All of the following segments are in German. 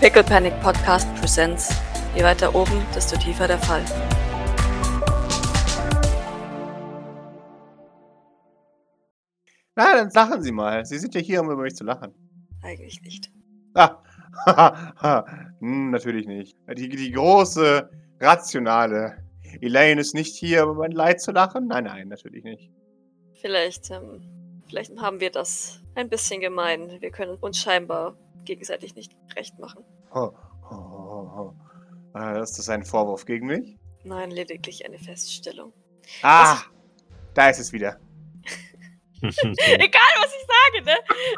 Pickle Panic Podcast presents. Je weiter oben, desto tiefer der Fall. Na, dann lachen Sie mal. Sie sind ja hier, um über mich zu lachen. Eigentlich nicht. Ah, haha, hm, natürlich nicht. Die, die große, rationale. Elaine ist nicht hier, um über mein Leid zu lachen? Nein, nein, natürlich nicht. Vielleicht, ähm, vielleicht haben wir das ein bisschen gemein. Wir können uns scheinbar gegenseitig nicht recht machen. Ho, ho, ho, ho. oh, Äh, Ist das ein Vorwurf gegen mich? Nein, lediglich eine Feststellung. Ah, da ist es wieder. Egal, was ich sage, ne?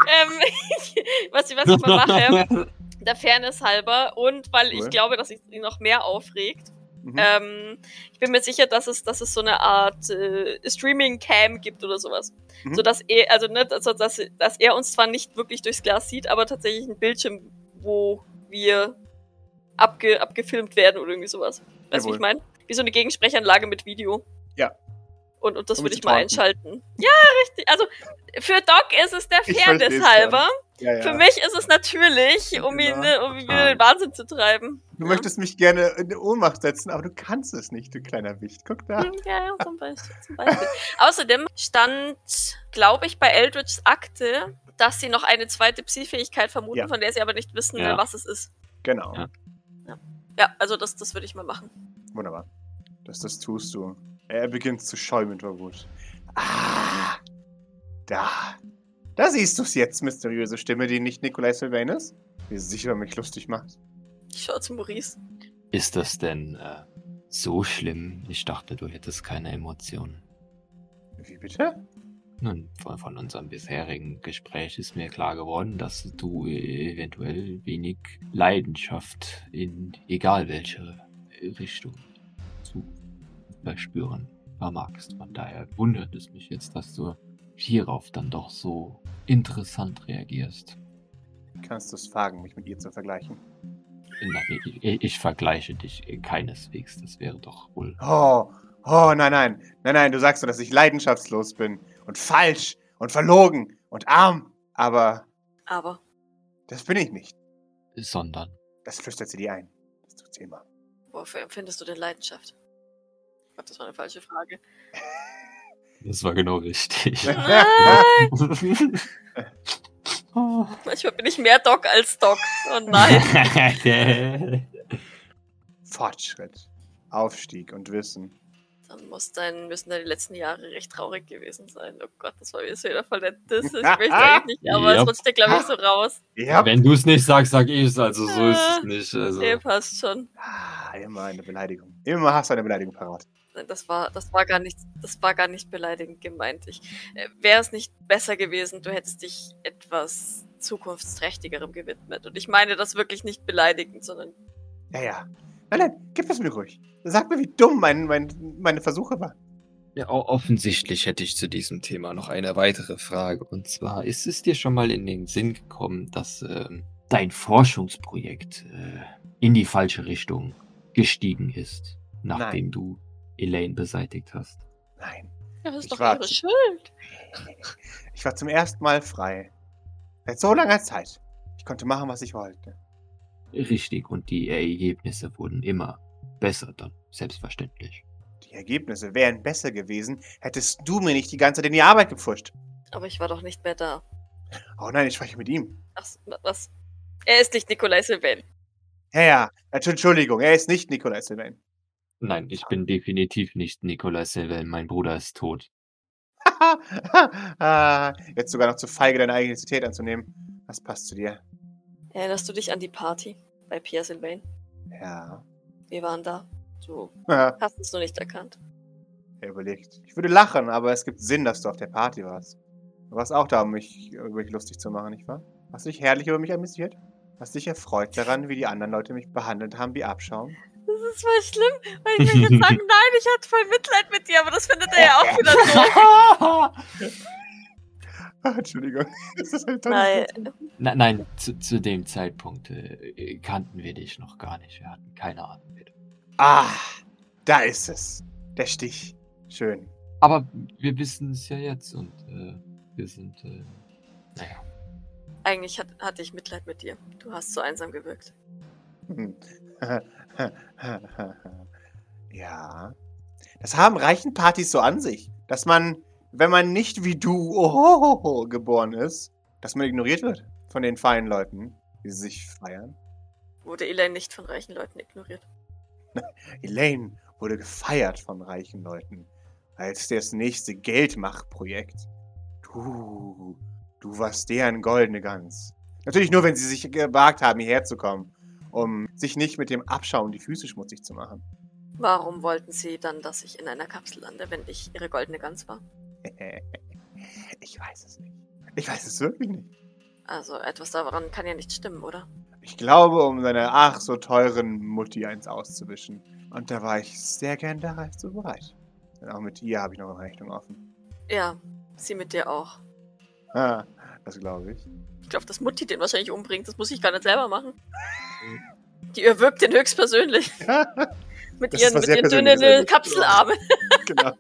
ähm, ich, was, ich- was ich mal mache, der Fairness halber und weil ich Cool. glaube, dass es ihn noch mehr aufregt, Mhm. Ähm, ich bin mir sicher, dass es, dass es so eine Art äh, Streaming-Cam gibt oder sowas. Mhm. So dass er, also ne, also, dass, dass er uns zwar nicht wirklich durchs Glas sieht, aber tatsächlich ein Bildschirm, wo wir abge, abgefilmt werden oder irgendwie sowas. Weißt du, wie Jawohl. ich meine? Wie so eine Gegensprechanlage mit Video. Ja. Und, und das Um würde ich zu mal taunten. einschalten. Ja, richtig. Also für Doc ist es der Ich versteh's Fairness halber. ja, ja. Für mich ist es natürlich, um ihn, Genau. ne, um ihn wieder Total. in den Wahnsinn zu treiben. du Ja. möchtest mich gerne in Ohnmacht setzen, aber du kannst es nicht, du kleiner Wicht. Guck da. Hm, Ja, ja, zum Beispiel. Zum Beispiel. Außerdem stand, glaube ich, bei Eldritchs Akte, dass sie noch eine zweite Psi-Fähigkeit vermuten, Ja. von der sie aber nicht wissen, Ja. was es ist. Genau. Ja. Ja, also das, das würde ich mal machen. Wunderbar. Das, das tust du. Er beginnt zu schäumen vor Wut. Ah, da. Da siehst du's jetzt, mysteriöse Stimme, die nicht Nikolai Sylvain ist. Wie sie sich über mich lustig macht. Ich schaue zu Maurice. Ist das denn äh, so schlimm? Ich dachte, du hättest keine Emotionen. Wie bitte? Nun, von, von unserem bisherigen Gespräch ist mir klar geworden, dass du äh, eventuell wenig Leidenschaft in egal welche Richtung zu verspüren vermagst. Von daher wundert es mich jetzt, dass du hierauf dann doch so interessant reagierst. Kannst du es wagen, mich mit ihr zu vergleichen? Nein, ich, ich, ich vergleiche dich keineswegs. Das wäre doch wohl Oh, oh, nein, nein. Nein, nein, du sagst doch, dass ich leidenschaftslos bin. Und falsch. Und verlogen. Und arm. Aber Aber das bin ich nicht. sondern Das flüstert sie dir ein. Das tut sie immer. wofür empfindest du denn Leidenschaft? Ich glaube, das war eine falsche Frage. Das war genau richtig. Nein, oh. manchmal bin ich mehr Doc als Doc. Oh nein. Fortschritt. Aufstieg und Wissen. Dann muss dein, müssen deine letzten Jahre recht traurig gewesen sein. Oh Gott, das war jetzt wieder voll der Diss. Ich möchte eigentlich nicht, aber es Yep. rutscht dir, glaube ich, so raus. Ja. Wenn du es nicht sagst, sag ich es. Also so ist Äh, es nicht. Also. Nee, passt schon. Ah, immer eine Beleidigung. Immer hast du eine Beleidigung parat. Nein, das war, das war gar nicht, das war gar nicht beleidigend gemeint. Ich, äh, wäre es nicht besser gewesen, du hättest dich etwas zukunftsträchtigerem gewidmet. Und ich meine das wirklich nicht beleidigend, sondern Ja, ja. Nein, nein, gib es mir ruhig. Sag mir, wie dumm mein, mein, meine Versuche waren. Ja, o- offensichtlich hätte ich zu diesem Thema noch eine weitere Frage. Und zwar, ist es dir schon mal in den Sinn gekommen, dass ähm, dein Forschungsprojekt äh, in die falsche Richtung gestiegen ist, nachdem du Elaine beseitigt hast? Nein. das ist Ich doch war- ihre Schuld. Ich war zum ersten Mal frei. Seit so langer Zeit. Ich konnte machen, was ich wollte. Richtig, und die Ergebnisse wurden immer besser dann, selbstverständlich. Die Ergebnisse wären besser gewesen, hättest du mir nicht die ganze Zeit in die Arbeit gepfuscht. Aber ich war doch nicht mehr da. Oh nein, ich spreche mit ihm. Ach, was? Er ist nicht Nikolai Sylvain. Ja, ja. Entschuldigung, er ist nicht Nikolai Sylvain. Nein, ich bin definitiv nicht Nicolas Sylvain, mein Bruder ist tot. ah, jetzt sogar noch zu feige, deine eigene Identität anzunehmen. Das passt zu dir. Erinnerst du dich an die Party bei Pierre Sylvain? Ja. Wir waren da. Du hast es nur nicht erkannt. Er überlegt. Ich würde lachen, aber es gibt Sinn, dass du auf der Party warst. Du warst auch da, um mich über mich lustig zu machen, nicht wahr? Hast du dich herrlich über mich amüsiert? Hast dich erfreut daran, wie die anderen Leute mich behandelt haben, wie Abschaum? Das ist voll schlimm, weil ich möchte sagen, nein, ich hatte voll Mitleid mit dir, aber das findet er ja auch wieder so. Ah, Entschuldigung. Das ist halt ein tolles Nein, Na, nein, zu, zu dem Zeitpunkt äh, kannten wir dich noch gar nicht. Wir hatten keine Ahnung. wer du- Bild. Ah, da ist es. Der Stich. Schön. Aber wir wissen es ja jetzt und äh, wir sind. Äh, naja. Eigentlich hat, hatte ich Mitleid mit dir. Du hast so einsam gewirkt. ja. Das haben reichen Partys so an sich, dass man, wenn man nicht wie du oh, ohohoho, geboren ist, dass man ignoriert wird von den feinen Leuten, die sich feiern. Wurde Elaine nicht von reichen Leuten ignoriert? Elaine wurde gefeiert von reichen Leuten als das nächste Geldmachprojekt. Du, du warst deren goldene Gans. Natürlich nur, wenn sie sich gewagt haben, hierher zu kommen, um sich nicht mit dem Abschauen die Füße schmutzig zu machen. Warum wollten sie dann, dass ich in einer Kapsel lande, wenn ich ihre goldene Gans war? ich weiß es nicht. Ich weiß es wirklich nicht. Also etwas daran kann ja nicht stimmen, oder? Ich glaube, um seiner ach so teuren Mutti eins auszuwischen. Und da war ich sehr gern dazu bereit. Denn auch mit ihr habe ich noch eine Rechnung offen. Ja, sie mit dir auch. Ah, das glaube ich. Ich glaube, dass Mutti den wahrscheinlich umbringt. Das muss ich gar nicht selber machen. Die erwirkt den höchstpersönlich. mit Das ist ihren, was mit sehr ihren dünnen Persönliches, also. ja. Kapselarmen. genau.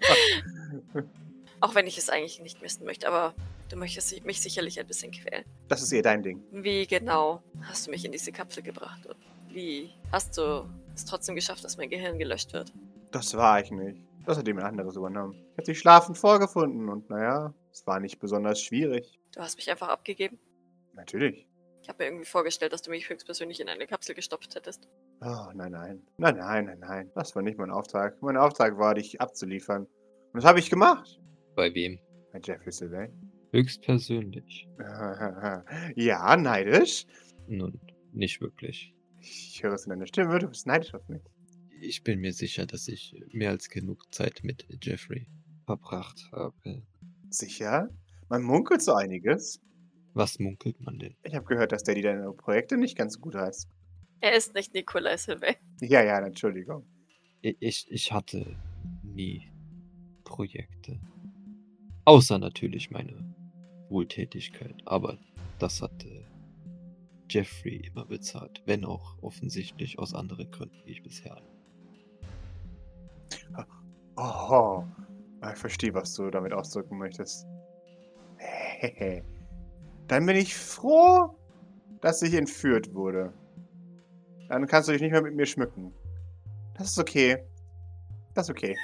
Auch wenn ich es eigentlich nicht missen möchte, aber du möchtest mich sicherlich ein bisschen quälen. Das ist ihr dein Ding. Wie genau hast du mich in diese Kapsel gebracht? Und wie hast du es trotzdem geschafft, dass mein Gehirn gelöscht wird? Das war ich nicht. Das hat jemand anderes übernommen. Ich habe sie schlafend vorgefunden und naja, es war nicht besonders schwierig. Du hast mich einfach abgegeben. Natürlich. Ich habe mir irgendwie vorgestellt, dass du mich höchstpersönlich in eine Kapsel gestopft hättest. Oh, nein, nein. Nein, nein, nein, nein. Das war nicht mein Auftrag. Mein Auftrag war, dich abzuliefern. Und das habe ich gemacht. Bei wem? Herr Jeffrey Sylvain. Höchstpersönlich. ja, neidisch. Nun, nicht wirklich. Ich höre es in deiner Stimme, du bist neidisch auf mich. Ich bin mir sicher, dass ich mehr als genug Zeit mit Jeffrey verbracht habe. Sicher? Man munkelt so einiges. Was munkelt man denn? Ich habe gehört, dass Daddy deine Projekte nicht ganz so gut heißt. Er ist nicht Nikolai Sylvain. Ja, ja, Entschuldigung. I- Ich, ich hatte nie Projekte. Außer natürlich meine Wohltätigkeit. Aber das hat äh, Jeffrey immer bezahlt. Wenn auch offensichtlich aus anderen Gründen, die ich bisher an. Oh, ich verstehe, was du damit ausdrücken möchtest. Hehehe. Dann bin ich froh, dass ich entführt wurde. Dann kannst du dich nicht mehr mit mir schmücken. Das ist okay. Das ist okay.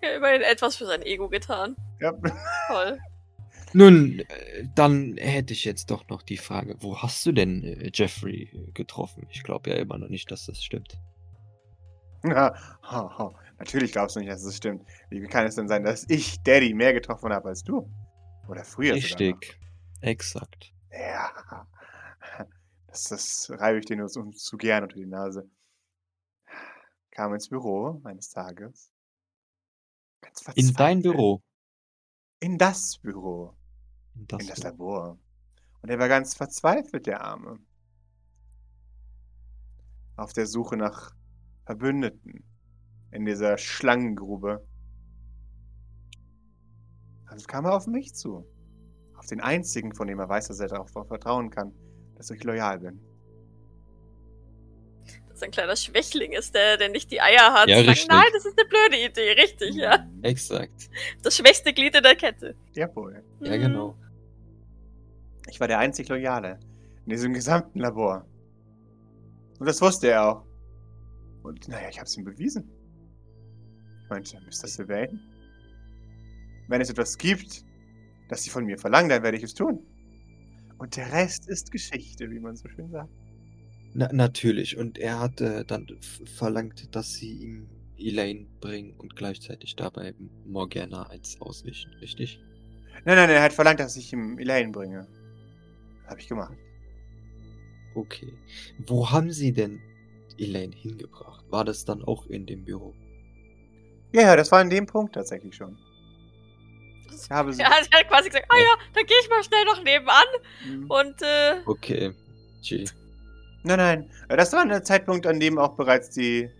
Er hat immerhin etwas für sein Ego getan. Ja. Toll. Nun, äh, dann hätte ich jetzt doch noch die Frage, wo hast du denn äh, Jeffrey äh, getroffen? Ich glaube ja immer noch nicht, dass das stimmt. Na, ho, ho. Natürlich glaubst du nicht, dass es stimmt. Wie kann es denn sein, dass ich Daddy mehr getroffen habe als du? Oder früher sogar. noch. Richtig. Exakt. Ja. Das, das reibe ich dir nur so zu gern unter die Nase. Kam ins Büro eines Tages. Ganz In dein verzweifelt. Büro. In das Büro. In das in das Büro. Labor. Und er war ganz verzweifelt, der Arme. Auf der Suche nach Verbündeten. In dieser Schlangengrube. Also kam er auf mich zu. Auf den einzigen, von dem er weiß, dass er darauf vertrauen kann, dass ich loyal bin. Dass er ein kleiner Schwächling ist, der, der nicht die Eier hat. Ja, Zu sagen, richtig. Nein, das ist eine blöde Idee. Richtig, ja. Exakt. Das schwächste Glied in der Kette. Jawohl. Ja, Mhm. genau. Ich war der einzig Loyale in diesem gesamten Labor. Und das wusste er auch. Und naja, ich hab's ihm bewiesen. Ich meinte, Mr. Sylvain, wenn es etwas gibt, das Sie von mir verlangen, dann werde ich es tun. Und der Rest ist Geschichte, wie man so schön sagt. Na, natürlich. Und er hat äh, dann f- verlangt, dass sie ihm Elaine bringen und gleichzeitig dabei Morgana eins auswischen, richtig? Nein, nein, er hat verlangt, dass ich ihm Elaine bringe. Hab ich gemacht. Okay. Wo haben sie denn Elaine hingebracht? War das dann auch in dem Büro? Ja, ja, das war an dem Punkt tatsächlich schon. Das- Ich habe sie. Er hat, er hat quasi gesagt, ah ja, dann gehe ich mal schnell noch nebenan Mhm. und äh, Okay. G. Nein, nein. Äh, Das war ein Zeitpunkt, an dem auch bereits die.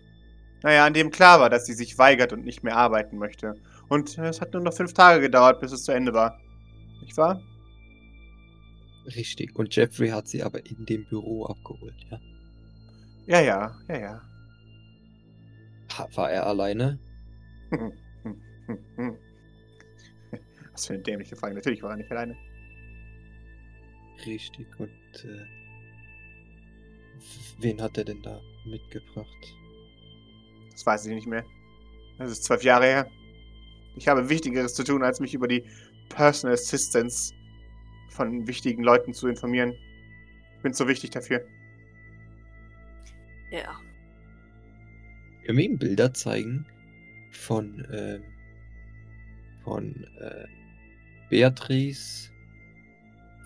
Naja, an dem klar war, dass sie sich weigert und nicht mehr arbeiten möchte. Und äh, es hat nur noch fünf Tage gedauert, bis es zu Ende war. Nicht wahr? Richtig. Und Jeffrey hat sie aber in dem Büro abgeholt, ja. Ja, ja, ja, ja. Ha- War er alleine? Hm, hm, hm, hm. Was für eine dämliche Frage. Natürlich war er nicht alleine. Richtig. Und äh, Wen hat er denn da mitgebracht? Das weiß ich nicht mehr. Das ist zwölf Jahre her. Ich habe Wichtigeres zu tun, als mich über die Personal Assistance von wichtigen Leuten zu informieren. Ich bin zu wichtig dafür. Ja. Können wir ihm Bilder zeigen von, ähm, von äh, Beatrice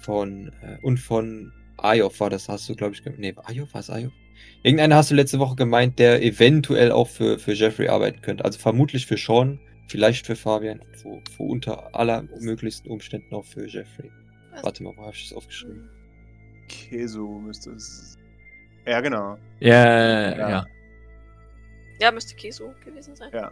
von, äh, und von Ayov war das, hast du, glaube ich, gemeint. Nee, Ayov, was Ayov? Irgendeiner hast du letzte Woche gemeint, der eventuell auch für, für Jeffrey arbeiten könnte. Also vermutlich für Sean, vielleicht für Fabian, wo, wo unter aller möglichsten Umständen auch für Jeffrey. Was? Warte mal, wo habe ich das aufgeschrieben? Keso müsste es. Ja, genau. Ja, ja. Ja. Ja, müsste Keso gewesen sein. Ja.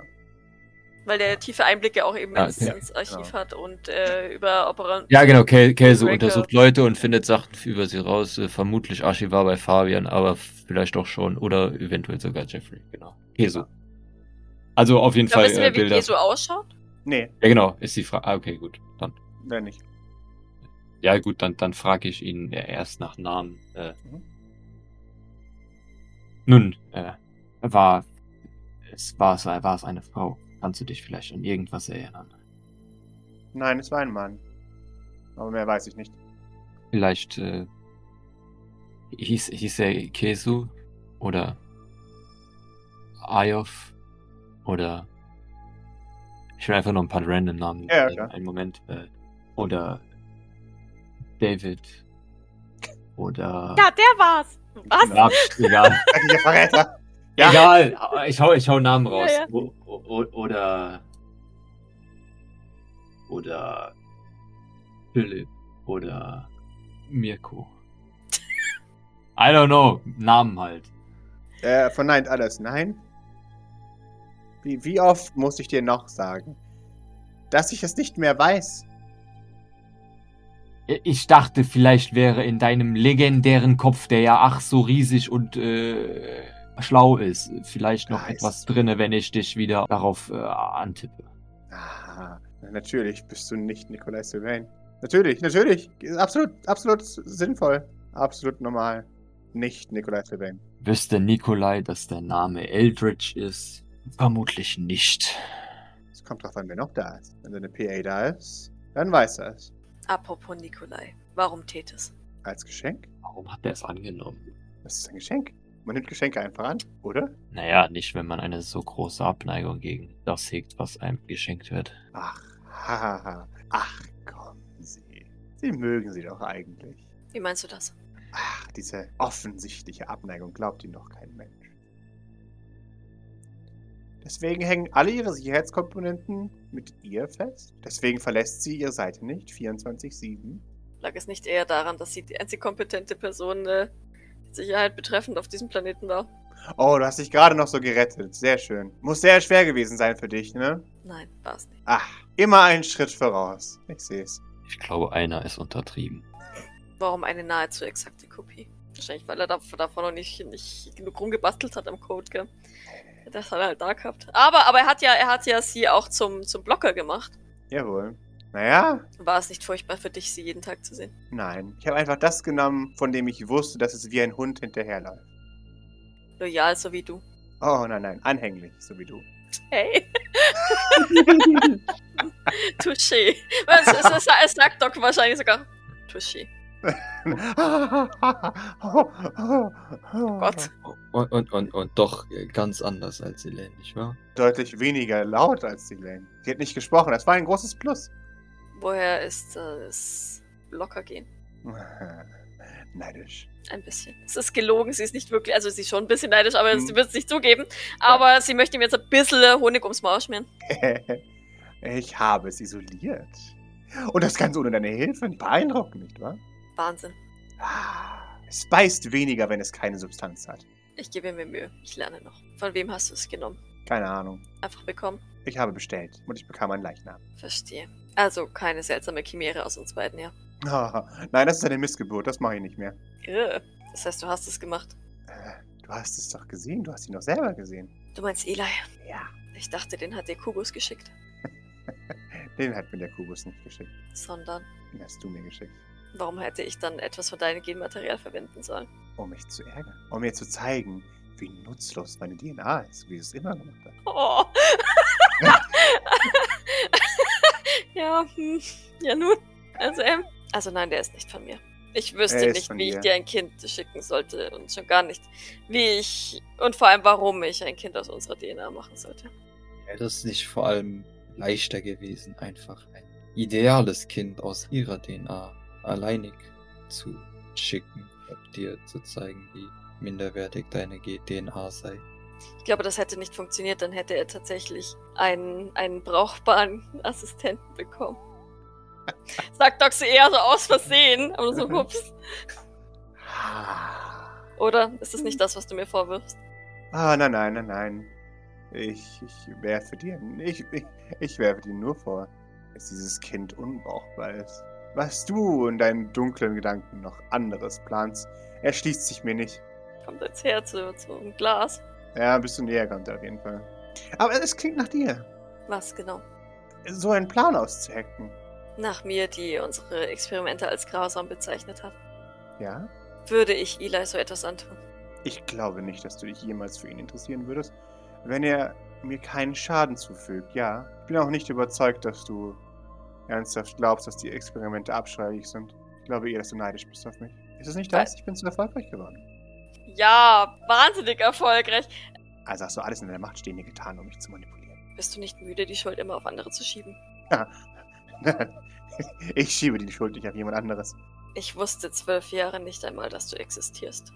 Weil der tiefe Einblicke auch eben Ah, ins, ja. ins Archiv Ja. hat und äh, über Operan. Ja, genau. Kel Kelso Breaker. untersucht Leute und findet Sachen über sie raus. Äh, Vermutlich Archivar bei Fabian, aber vielleicht auch schon. Oder eventuell sogar Jeffrey. Genau. Keso. Also auf jeden Da Fall wissen äh, wir, wie Bilder. Keso ausschaut. Nee, Ja, genau. Ist die Frage. Ah, okay, gut. Dann. nein, nicht. Ja, gut, dann, dann frage ich ihn äh, erst nach Namen. Äh. Mhm. Nun, äh, war es, war, es, war es eine Frau? Kannst du dich vielleicht an irgendwas erinnern? Nein, es war ein Mann. Aber mehr weiß ich nicht. Vielleicht äh, hieß, hieß er Kesu oder Ayov oder ich will einfach noch ein paar random Namen. Ja, äh, klar. Einen Moment. Äh, oder David oder Ja, der war's. Was? Ja, pst, egal. Dreckiger Verräter! Ja. Egal. Ich hau, ich hau Namen raus. Ja, ja. O, o, oder oder Philipp oder Mirko. I don't know. Namen halt. Äh, verneint alles. Nein? Wie, wie oft muss ich dir noch sagen, dass ich es nicht mehr weiß? Ich dachte, vielleicht wäre in deinem legendären Kopf, der ja ach so riesig und äh, schlau ist, vielleicht noch Nice. etwas drinne, wenn ich dich wieder darauf äh, antippe. Ah, na natürlich bist du nicht Nikolai Sylvain. Natürlich, natürlich. Ist Absolut, absolut sinnvoll. Absolut normal. Nicht Nikolai Sylvain. Wüsste Nikolai, dass der Name Eldritch ist? Vermutlich nicht. Es kommt drauf an, wer noch da ist. Wenn deine PA da ist, dann weiß er es. Apropos Nikolai, warum tät es? Als Geschenk? Warum hat er es angenommen? Das ist ein Geschenk. Man nimmt Geschenke einfach an, oder? Naja, nicht, wenn man eine so große Abneigung gegen das hegt, was einem geschenkt wird. Ach, haha. Ach, kommen Sie. Sie mögen sie doch eigentlich. Wie meinst du das? Ach, diese offensichtliche Abneigung glaubt ihnen doch kein Mensch. Deswegen hängen alle ihre Sicherheitskomponenten mit ihr fest. Deswegen verlässt sie ihre Seite nicht, 24-7. Lag es nicht eher daran, dass sie die einzig kompetente Person äh, Sicherheit betreffend auf diesem Planeten war? Oh, du hast dich gerade noch so gerettet. Sehr schön. Muss sehr schwer gewesen sein für dich, ne? Nein, war es nicht. Ach, immer einen Schritt voraus. Ich seh's. Ich glaube, einer ist untertrieben. Warum eine nahezu exakte Kopie? Wahrscheinlich, weil er dav- davon noch nicht, nicht genug rumgebastelt hat am Code, gell? Das hat er halt da gehabt. Aber, aber er hat ja, er hat ja sie auch zum, zum Blocker gemacht. Jawohl. Naja, War es nicht furchtbar für dich, sie jeden Tag zu sehen? Nein, ich habe einfach das genommen, von dem ich wusste, dass es wie ein Hund hinterherläuft. Loyal, so wie du. Oh, nein, nein, anhänglich, so wie du. Hey. Touché. Es, es, es, es sagt Doc wahrscheinlich sogar. Touché. Gott. Und, und, und, und doch ganz anders als Elaine, nicht wahr? Deutlich weniger laut als die Lane. Sie hat nicht gesprochen, das war ein großes Plus. Woher ist äh, das locker gehen? Neidisch. Ein bisschen. Es ist gelogen, sie ist nicht wirklich, also sie ist schon ein bisschen neidisch, aber Mhm. sie wird es nicht zugeben. Aber sie möchte ihm jetzt ein bisschen Honig ums Maul schmieren. ich habe es isoliert. Und das Ganze ohne deine Hilfe. Beeindruckend, nicht wahr? Wahnsinn. Ah, Es beißt weniger, wenn es keine Substanz hat. Ich gebe mir Mühe. Ich lerne noch. Von wem hast du es genommen? Keine Ahnung. Einfach bekommen? Ich habe bestellt und ich bekam einen Leichnam. Verstehe. Also keine seltsame Chimäre aus uns beiden, ja. Ah, Nein, das ist eine Missgeburt, das mache ich nicht mehr. Äh, Das heißt, du hast es gemacht. Äh, Du hast es doch gesehen, du hast ihn doch selber gesehen. Du meinst Eli? Ja. Ich dachte, den hat dir Kubus geschickt. Den hat mir der Kubus nicht geschickt. Sondern, Den hast du mir geschickt. warum hätte ich dann etwas von deinem Genmaterial verwenden sollen? um mich zu ärgern. Um mir zu zeigen, wie nutzlos meine DNA ist, wie sie es immer gemacht hat. Oh. ja, hm. ja nun. Also, ähm, also nein, der ist nicht von mir. Ich wüsste Er ist nicht, von wie ich dir. dir ein Kind schicken sollte und schon gar nicht, wie ich und vor allem, warum ich ein Kind aus unserer DNA machen sollte. Wäre es nicht vor allem leichter gewesen, einfach ein ideales Kind aus ihrer DNA alleinig zu schicken, um dir zu zeigen, wie minderwertig deine G- DNA sei? Ich glaube, das hätte nicht funktioniert, dann hätte er tatsächlich einen, einen brauchbaren Assistenten bekommen. Sagt Doxy eher so aus Versehen, aber Mhm. so, ups. Oder ist das nicht Mhm. das, was du mir vorwirfst? Ah, nein, nein, nein, nein. Ich, ich werfe dir, ich, ich, ich werfe dir nur vor, dass dieses Kind unbrauchbar ist. Was du in deinen dunklen Gedanken noch anderes planst, erschließt sich mir nicht. Kommt jetzt her zu, zu einem Glas. Ja, bist du näher kommt auf jeden Fall. Aber es klingt nach dir, Was genau? so einen Plan auszuhacken. Nach mir, die unsere Experimente als grausam bezeichnet hat. Ja? Würde ich Eli so etwas antun? Ich glaube nicht, dass du dich jemals für ihn interessieren würdest, wenn er mir keinen Schaden zufügt, ja. Ich bin auch nicht überzeugt, dass du ernsthaft glaubst, dass die Experimente abscheulich sind. Ich glaube eher, dass du neidisch bist auf mich. Ist es nicht das? Ich bin zu erfolgreich geworden. Ja, wahnsinnig erfolgreich. Also hast du alles in deiner Macht Stehende getan, um mich zu manipulieren. Bist du nicht müde, die Schuld immer auf andere zu schieben? ich schiebe die Schuld nicht auf jemand anderes. Ich wusste zwölf Jahre nicht einmal, dass du existierst.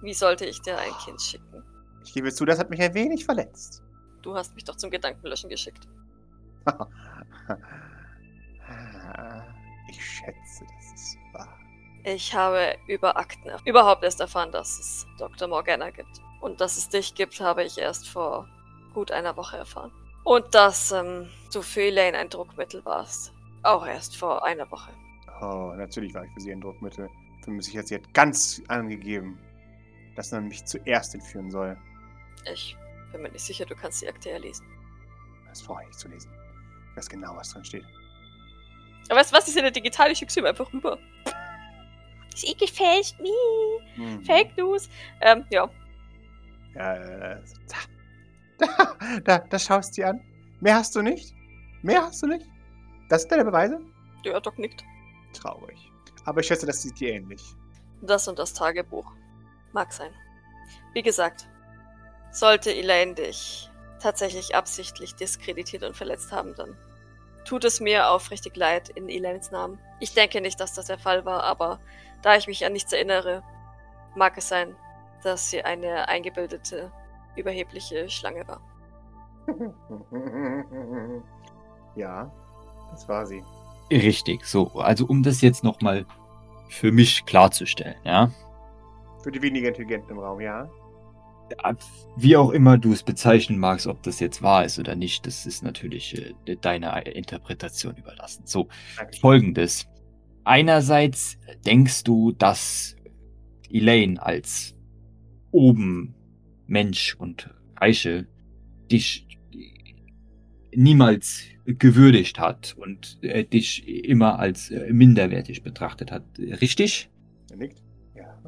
Wie sollte ich dir ein Kind schicken? Ich gebe zu, das hat mich ein wenig verletzt. Du hast mich doch zum Gedankenlöschen geschickt. ich schätze, das ist wahr. Ich habe über Akten erf- überhaupt erst erfahren, dass es Dr. Morgana gibt. Und dass es dich gibt, habe ich erst vor gut einer Woche erfahren. Und dass ähm, du für Elaine ein Druckmittel warst. Auch erst vor einer Woche. Oh, natürlich war ich für sie ein Druckmittel. Für mich hat sie hat ganz angegeben, dass man mich zuerst entführen soll. Ich bin mir nicht sicher, du kannst die Akte ja lesen. Das brauche ich nicht zu lesen. Ich weiß genau, was drin steht. Aber weißt du was? Die sind ja digital, ich schicke sie mir einfach rüber. Sie gefälscht mir. Hm. Fake News. Ähm, ja. Ja, äh, da, da, da, da schaust du dir an. Mehr hast du nicht? Mehr hast du nicht? Das sind deine Beweise? Ja, Doc nickt. Traurig. Aber ich schätze, das sieht dir ähnlich. Das und das Tagebuch. Mag sein. Wie gesagt, sollte Elaine dich tatsächlich absichtlich diskreditiert und verletzt haben, dann tut es mir aufrichtig leid in Elaines Namen. Ich denke nicht, dass das der Fall war, aber da ich mich an nichts erinnere, mag es sein, dass sie eine eingebildete, überhebliche Schlange war. ja, das war sie. Richtig, so. Also um das jetzt nochmal für mich klarzustellen, ja. Für die weniger Intelligenten im Raum, ja. Wie auch immer du es bezeichnen magst, ob das jetzt wahr ist oder nicht, das ist natürlich äh, deiner Interpretation überlassen. So, Dankeschön. folgendes. Einerseits denkst du, dass Elaine als oben Mensch und Reiche dich äh, niemals gewürdigt hat und äh, dich immer als äh, minderwertig betrachtet hat. Richtig? Er nickt. Ja.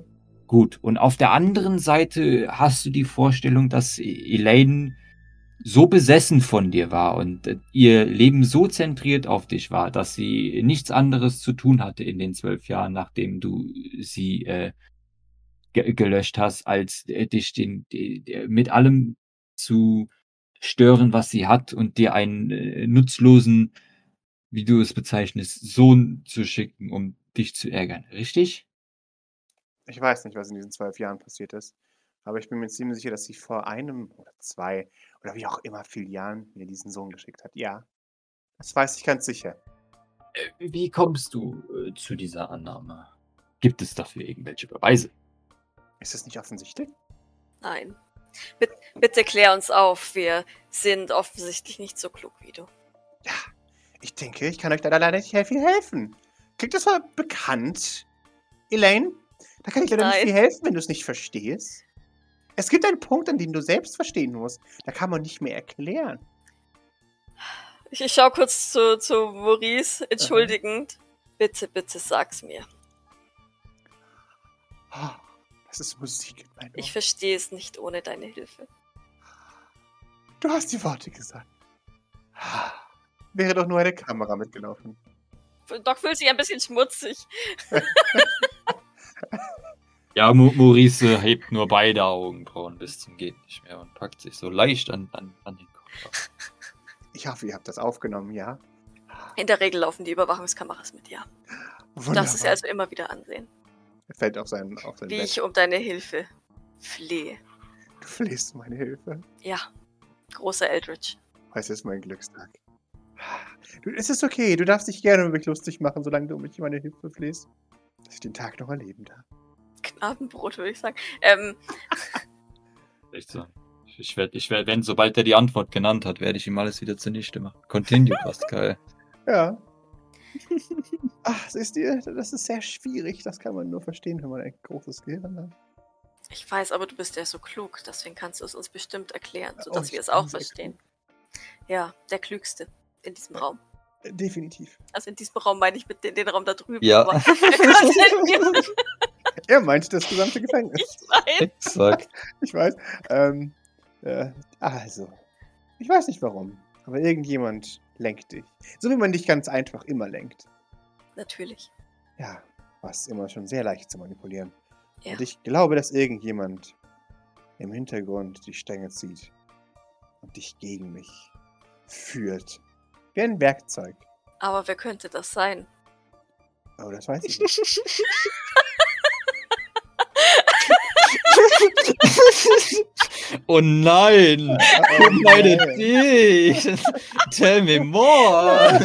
Gut, und auf der anderen Seite hast du die Vorstellung, dass Elaine so besessen von dir war und äh, ihr Leben so zentriert auf dich war, dass sie nichts anderes zu tun hatte in den zwölf Jahren, nachdem du sie äh, ge gelöscht hast, als äh, dich den, de- de- mit allem zu stören, was sie hat und dir einen äh, nutzlosen, wie du es bezeichnest, Sohn zu schicken, um dich zu ärgern. Richtig? Ich weiß nicht, was in diesen zwölf Jahren passiert ist, aber ich bin mir ziemlich sicher, dass sie vor einem oder zwei oder wie auch immer vielen Jahren mir diesen Sohn geschickt hat. Ja, das weiß ich ganz sicher. Wie kommst du äh, zu dieser Annahme? Gibt es dafür irgendwelche Beweise? Ist das nicht offensichtlich? Nein. Bitte, bitte klär uns auf, wir sind offensichtlich nicht so klug wie du. Ich denke, ich kann euch da leider nicht sehr viel helfen. Klingt das mal bekannt, Elaine? Da kann ich leider nicht Nein. viel helfen, wenn du es nicht verstehst. Es gibt einen Punkt, an dem du selbst verstehen musst. Da kann man nicht mehr erklären. Ich, ich schau kurz zu, zu Maurice, entschuldigend. Bitte, bitte sag's mir. Ah, Das ist Musik in meinen Ich Ohren. verstehe es nicht ohne deine Hilfe. Du hast die Worte gesagt. Ah, Wäre doch nur eine Kamera mitgelaufen. Doc fühlt sich ein bisschen schmutzig. Ja, Mo- Maurice äh, hebt nur beide Augenbrauen bis zum Geht nicht mehr und packt sich so leicht an, an, an den Kopf. Ich hoffe, ihr habt das aufgenommen, ja? In der Regel laufen die Überwachungskameras mit, ja. Du Wunderbar. darfst es ja also immer wieder ansehen. Er fällt auf sein, auf sein Wie Bett. ich um deine Hilfe flehe. Du flehst um meine Hilfe. Ja, großer Eldritch. Heute ist mein Glückstag. Du, es ist okay, du darfst dich gerne über mich lustig machen, solange du um mich meine Hilfe flehst. Dass ich den Tag noch erleben darf. Knabenbrot, würde ich sagen. Ähm, Echt so. Ich werde, ich werde, wenn, sobald er die Antwort genannt hat, werde ich ihm alles wieder zunichte machen. Continue, Pascal. Ja. Ach, siehst du, das ist sehr schwierig. Das kann man nur verstehen, wenn man ein großes Gehirn hat. ich weiß, aber du bist ja so klug, deswegen kannst du es uns bestimmt erklären, Oh, sodass ich wir es bin auch sehr klug. verstehen. Ja, der Klügste in diesem Raum. Äh, Definitiv. Also in diesem Raum meine ich mit den, den Raum da drüben. Ja. aber- halt Ich Er meint das gesamte Gefängnis. weiß. Exakt. Ich weiß. Ähm, äh, also, ich weiß nicht warum, aber irgendjemand lenkt dich. So wie man dich ganz einfach immer lenkt. Natürlich. Ja, was immer schon sehr leicht zu manipulieren. Ja. Und ich glaube, dass irgendjemand im Hintergrund die Stänge zieht und dich gegen mich führt. Wie ein Werkzeug. Aber wer könnte das sein? Oh, das weiß ich nicht. Oh nein! Oh, Oh meine nee. dich! Tell me more!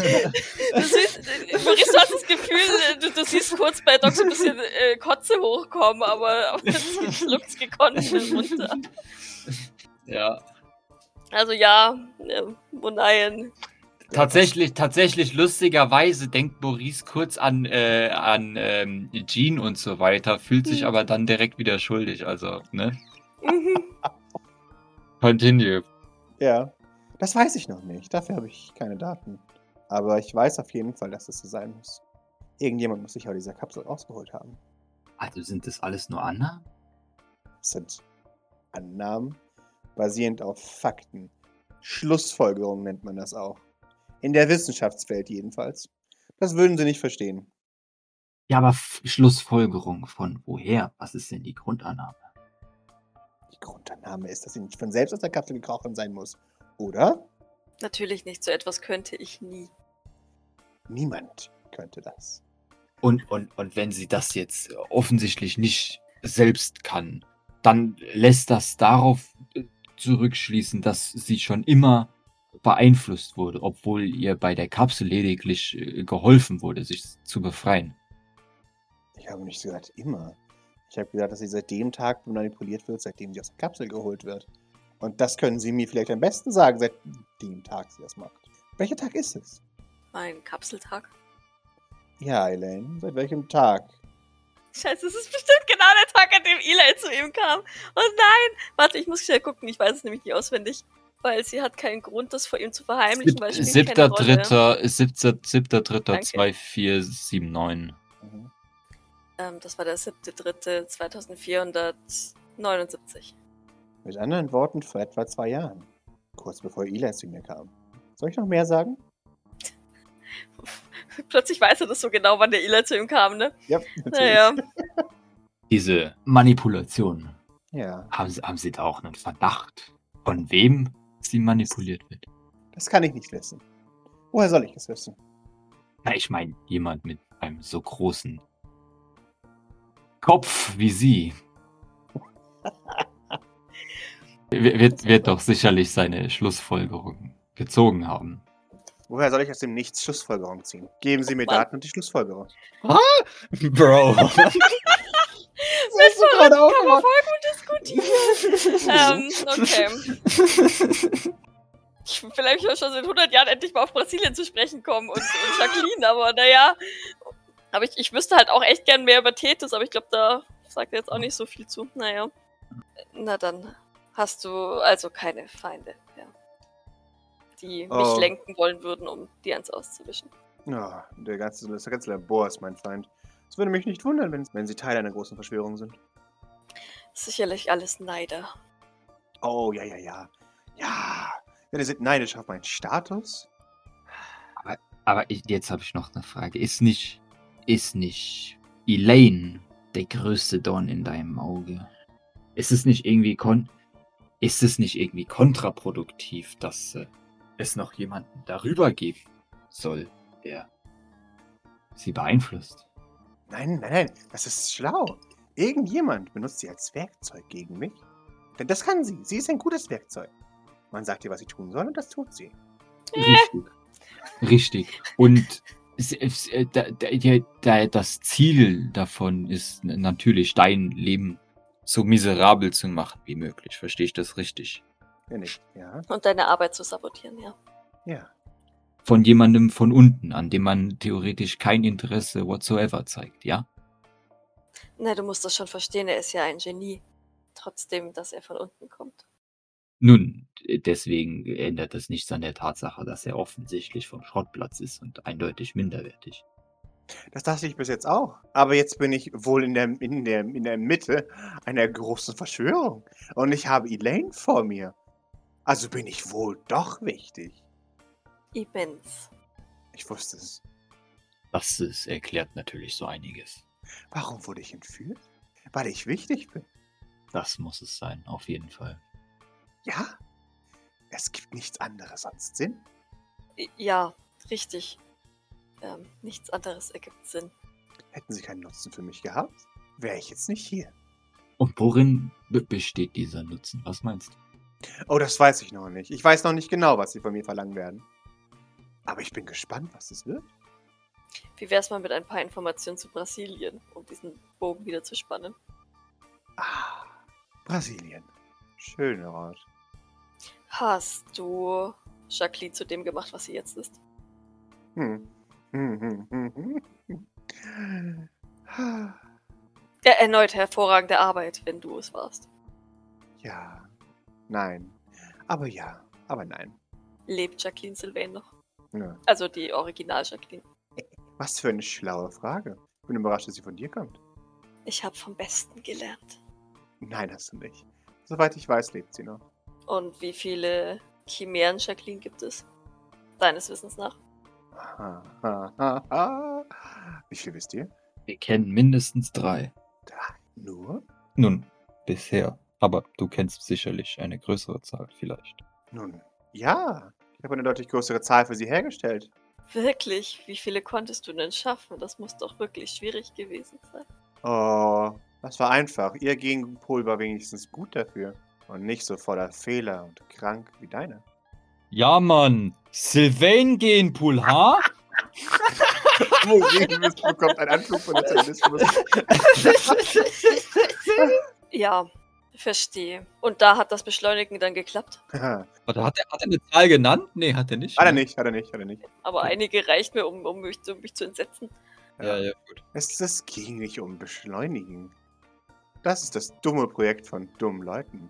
Du siehst, äh, Maurice, du hast das Gefühl, äh, du, du siehst kurz bei Doc so ein bisschen äh, Kotze hochkommen, aber, aber das schluckt gekonnt schnell runter. Ja. Also ja, äh, oh nein. Tatsächlich, tatsächlich lustigerweise denkt Maurice kurz an, äh, an ähm, Jean und so weiter, fühlt sich aber dann direkt wieder schuldig. Also, ne? Mhm. Continue. Ja, das weiß ich noch nicht. Dafür habe ich keine Daten. Aber ich weiß auf jeden Fall, dass es so sein muss. Irgendjemand muss sich aus dieser Kapsel rausgeholt haben. Also sind das alles nur Anna? Das sind Annahmen basierend auf Fakten. Schlussfolgerungen nennt man das auch. In der Wissenschaftswelt jedenfalls. Das würden sie nicht verstehen. Ja, aber F- Schlussfolgerung von woher? Was ist denn die Grundannahme? Die Grundannahme ist, dass sie nicht von selbst aus der Kapsel gekrochen sein muss. Oder? Natürlich nicht, so etwas könnte ich nie. Niemand könnte das. Und, und, und wenn sie das jetzt offensichtlich nicht selbst kann, dann lässt das darauf äh, zurückschließen, dass sie schon immer beeinflusst wurde, obwohl ihr bei der Kapsel lediglich äh, geholfen wurde, sich zu befreien. Ich habe nicht gesagt, immer. Ich habe gesagt, dass sie seit dem Tag manipuliert wird, seitdem sie aus der Kapsel geholt wird. Und das können sie mir vielleicht am besten sagen, seit dem Tag sie das macht. Welcher Tag ist es? Mein Kapseltag. Ja, Elaine, seit welchem Tag? Scheiße, es ist bestimmt genau der Tag, an dem Eli zu ihm kam. Oh nein! Warte, ich muss schnell gucken, ich weiß es nämlich nicht auswendig. Weil sie hat keinen Grund, das vor ihm zu verheimlichen, weil es spielt keine Siebter, Rolle. dritter, siebter, siebter, dritter, Danke. zwei, vier, sieben, neun. Mhm. Ähm, das war der siebte, dritte, 2479. Mit anderen Worten, vor etwa zwei Jahren. Kurz bevor Elaine zu mir kam. Soll ich noch mehr sagen? Plötzlich weiß er das so genau, wann der Eli zu ihm kam, ne? Ja, natürlich. Naja. Diese Manipulation. Ja, Haben sie, haben sie da auch einen Verdacht, von wem sie manipuliert wird? das kann ich nicht wissen. Woher soll ich es wissen? Na, ich meine, jemand mit einem so großen Kopf wie sie W- wird, wird doch sicherlich seine Schlussfolgerungen gezogen haben. Woher soll ich aus dem Nichts Schlussfolgerungen ziehen? Geben Sie mir Mann. Daten und die Schlussfolgerung. Bro. Das ist gerade kann man voll gut diskutieren. ähm, okay. Ich, vielleicht soll ich schon seit 100 Jahren endlich mal auf Brasilien zu sprechen kommen und, und Jacqueline, aber naja. Aber ich, ich wüsste halt auch echt gern mehr über Tethys, aber ich glaube, da sagt er jetzt auch nicht so viel zu. Naja. Na dann hast du also keine Feinde, ja. Die mich Oh. lenken wollen würden, um dir eins auszuwischen. Ja, der ganze, das ganze Labor ist mein Feind. Es würde mich nicht wundern, wenn, wenn sie Teil einer großen Verschwörung sind. Sicherlich alles Neider. Oh, ja, ja, ja. Ja. Denn ihr seid neidisch auf meinen Status. Aber ich, jetzt habe ich noch eine Frage. Ist nicht, ist nicht Elaine der größte Dorn in deinem Auge? Ist es nicht irgendwie kon ist es nicht irgendwie kontraproduktiv, dass äh, es noch jemanden darüber geben soll, der sie beeinflusst? Nein, nein, nein. Das ist schlau. Irgendjemand benutzt sie als Werkzeug gegen mich. Denn das kann sie. Sie ist ein gutes Werkzeug. Man sagt ihr, was sie tun soll, und das tut sie. Richtig. Richtig. Und es- es- äh, da- da- ja, da- das Ziel davon ist n- natürlich, dein Leben so miserabel zu machen wie möglich. Verstehe ich das richtig? Ja, nicht. Ja, Und deine Arbeit zu sabotieren, ja. ja. Von jemandem von unten, an dem man theoretisch kein Interesse whatsoever zeigt, ja? Na, du musst das schon verstehen, er ist ja ein Genie. Trotzdem, dass er von unten kommt. Nun, äh, deswegen ändert das nichts an der Tatsache, dass er offensichtlich vom Schrottplatz ist und eindeutig minderwertig. Das dachte ich bis jetzt auch. Aber jetzt bin ich wohl in der, in der, in der Mitte einer großen Verschwörung. Und ich habe Elaine vor mir. Also bin ich wohl doch wichtig. Immens. Ich wusste es. Das ist, erklärt natürlich so einiges. Warum wurde ich entführt? Weil ich wichtig bin. Das muss es sein, auf jeden Fall. Ja. Es gibt nichts anderes als Sinn. I- Ja, richtig. Ähm, nichts anderes ergibt Sinn. Hätten sie keinen Nutzen für mich gehabt, wäre ich jetzt nicht hier. Und worin be- besteht dieser Nutzen? Was meinst du? Oh, das weiß ich noch nicht. Ich weiß noch nicht genau, was sie von mir verlangen werden. Aber ich bin gespannt, was es wird. Wie wär's mal mit ein paar Informationen zu Brasilien, um diesen Bogen wieder zu spannen? Ah, Brasilien. Schöner Ort. Hast du Jacqueline zu dem gemacht, was sie jetzt ist? Hm. Hm, hm, hm, hm. Ah, Ja, erneut hervorragende Arbeit, wenn du es warst. Ja. Nein. Aber ja. Aber nein. Lebt Jacqueline Sylvain noch? Ja. Also die Original Jacqueline. Was für eine schlaue Frage. Ich bin überrascht, dass sie von dir kommt. Ich habe vom Besten gelernt. Nein, hast du nicht. Soweit ich weiß, lebt sie noch. Und wie viele Chimären Jacqueline gibt es? Deines Wissens nach. Ha, ha, ha, ha. Wie viel wisst ihr? Wir kennen mindestens drei. Nur? Nun, bisher. Aber du kennst sicherlich eine größere Zahl vielleicht. Nun, ja. Ich habe eine deutlich größere Zahl für sie hergestellt. Wirklich? Wie viele konntest du denn schaffen? Das muss doch wirklich schwierig gewesen sein. Oh, das war einfach. Ihr Gegenpol war wenigstens gut dafür. Und nicht so voller Fehler und krank wie deine. Ja, Mann. Sylvain gehen, Pool, ha? Oh, Regenwiss bekommt einen Anflug von Nationalismus. Ähm. Ja, verstehe. Und da hat das Beschleunigen dann geklappt. Haha. Warte, hat er, hat er eine Zahl genannt? Nee, hat er nicht. ne? hat er nicht, hat er nicht, hat er nicht. Aber einige reicht mir, um, um, mich, um mich zu entsetzen. Ja, ja, gut. Es das ging nicht um Beschleunigen. Das ist das dumme Projekt von dummen Leuten.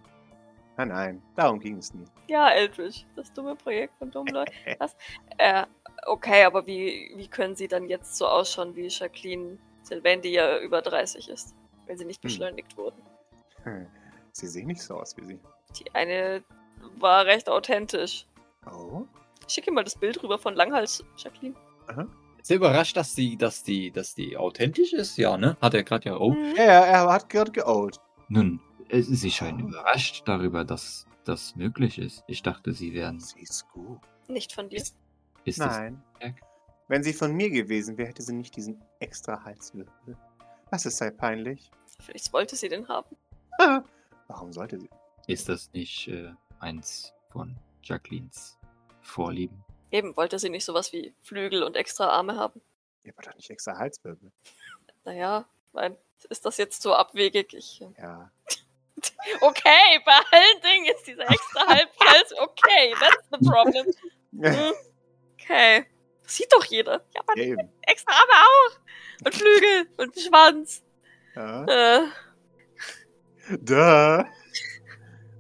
Nein, nein, darum ging es nie. Ja, Eldritch, das dumme Projekt von dummen Leuten. Was? Äh, okay, aber wie, wie können sie dann jetzt so ausschauen wie Jacqueline Sylvain, die ja über 30 ist, wenn sie nicht Hm. beschleunigt wurden? Hm, Sie sehen nicht so aus wie sie. Die eine war recht authentisch. Oh, Ich schicke mal das Bild rüber von Langhals, Jacqueline. Ist er überrascht, dass die, dass die, dass die authentisch ist? Ja, ne? Hat er gerade ja auch. ja, ja, er hat gerade geout. Nun, äh, sie scheinen Hm. überrascht darüber, dass das möglich ist. Ich dachte, sie wären. Sie ist gut. Nicht von dir. Ist das Nein. Werk? Wenn sie von mir gewesen wäre, hätte sie nicht diesen extra Halswirbel. Das ist sehr peinlich. Vielleicht wollte sie den haben. Ah, warum sollte sie? Ist das nicht äh, eins von Jacquelines Vorlieben? Eben, wollte sie nicht sowas wie Flügel und extra Arme haben. Ihr wollt doch nicht extra Halswirbel. Naja, mein, ist das jetzt so abwegig? Ich, äh, Ja. okay, bei allen Dingen ist dieser extra Halbhals okay. That's the problem. ja Hm, Okay. Das sieht doch jeder. Ja, aber eben. extra Arme auch. Und Flügel und einen Schwanz. Ja. Äh, Duh.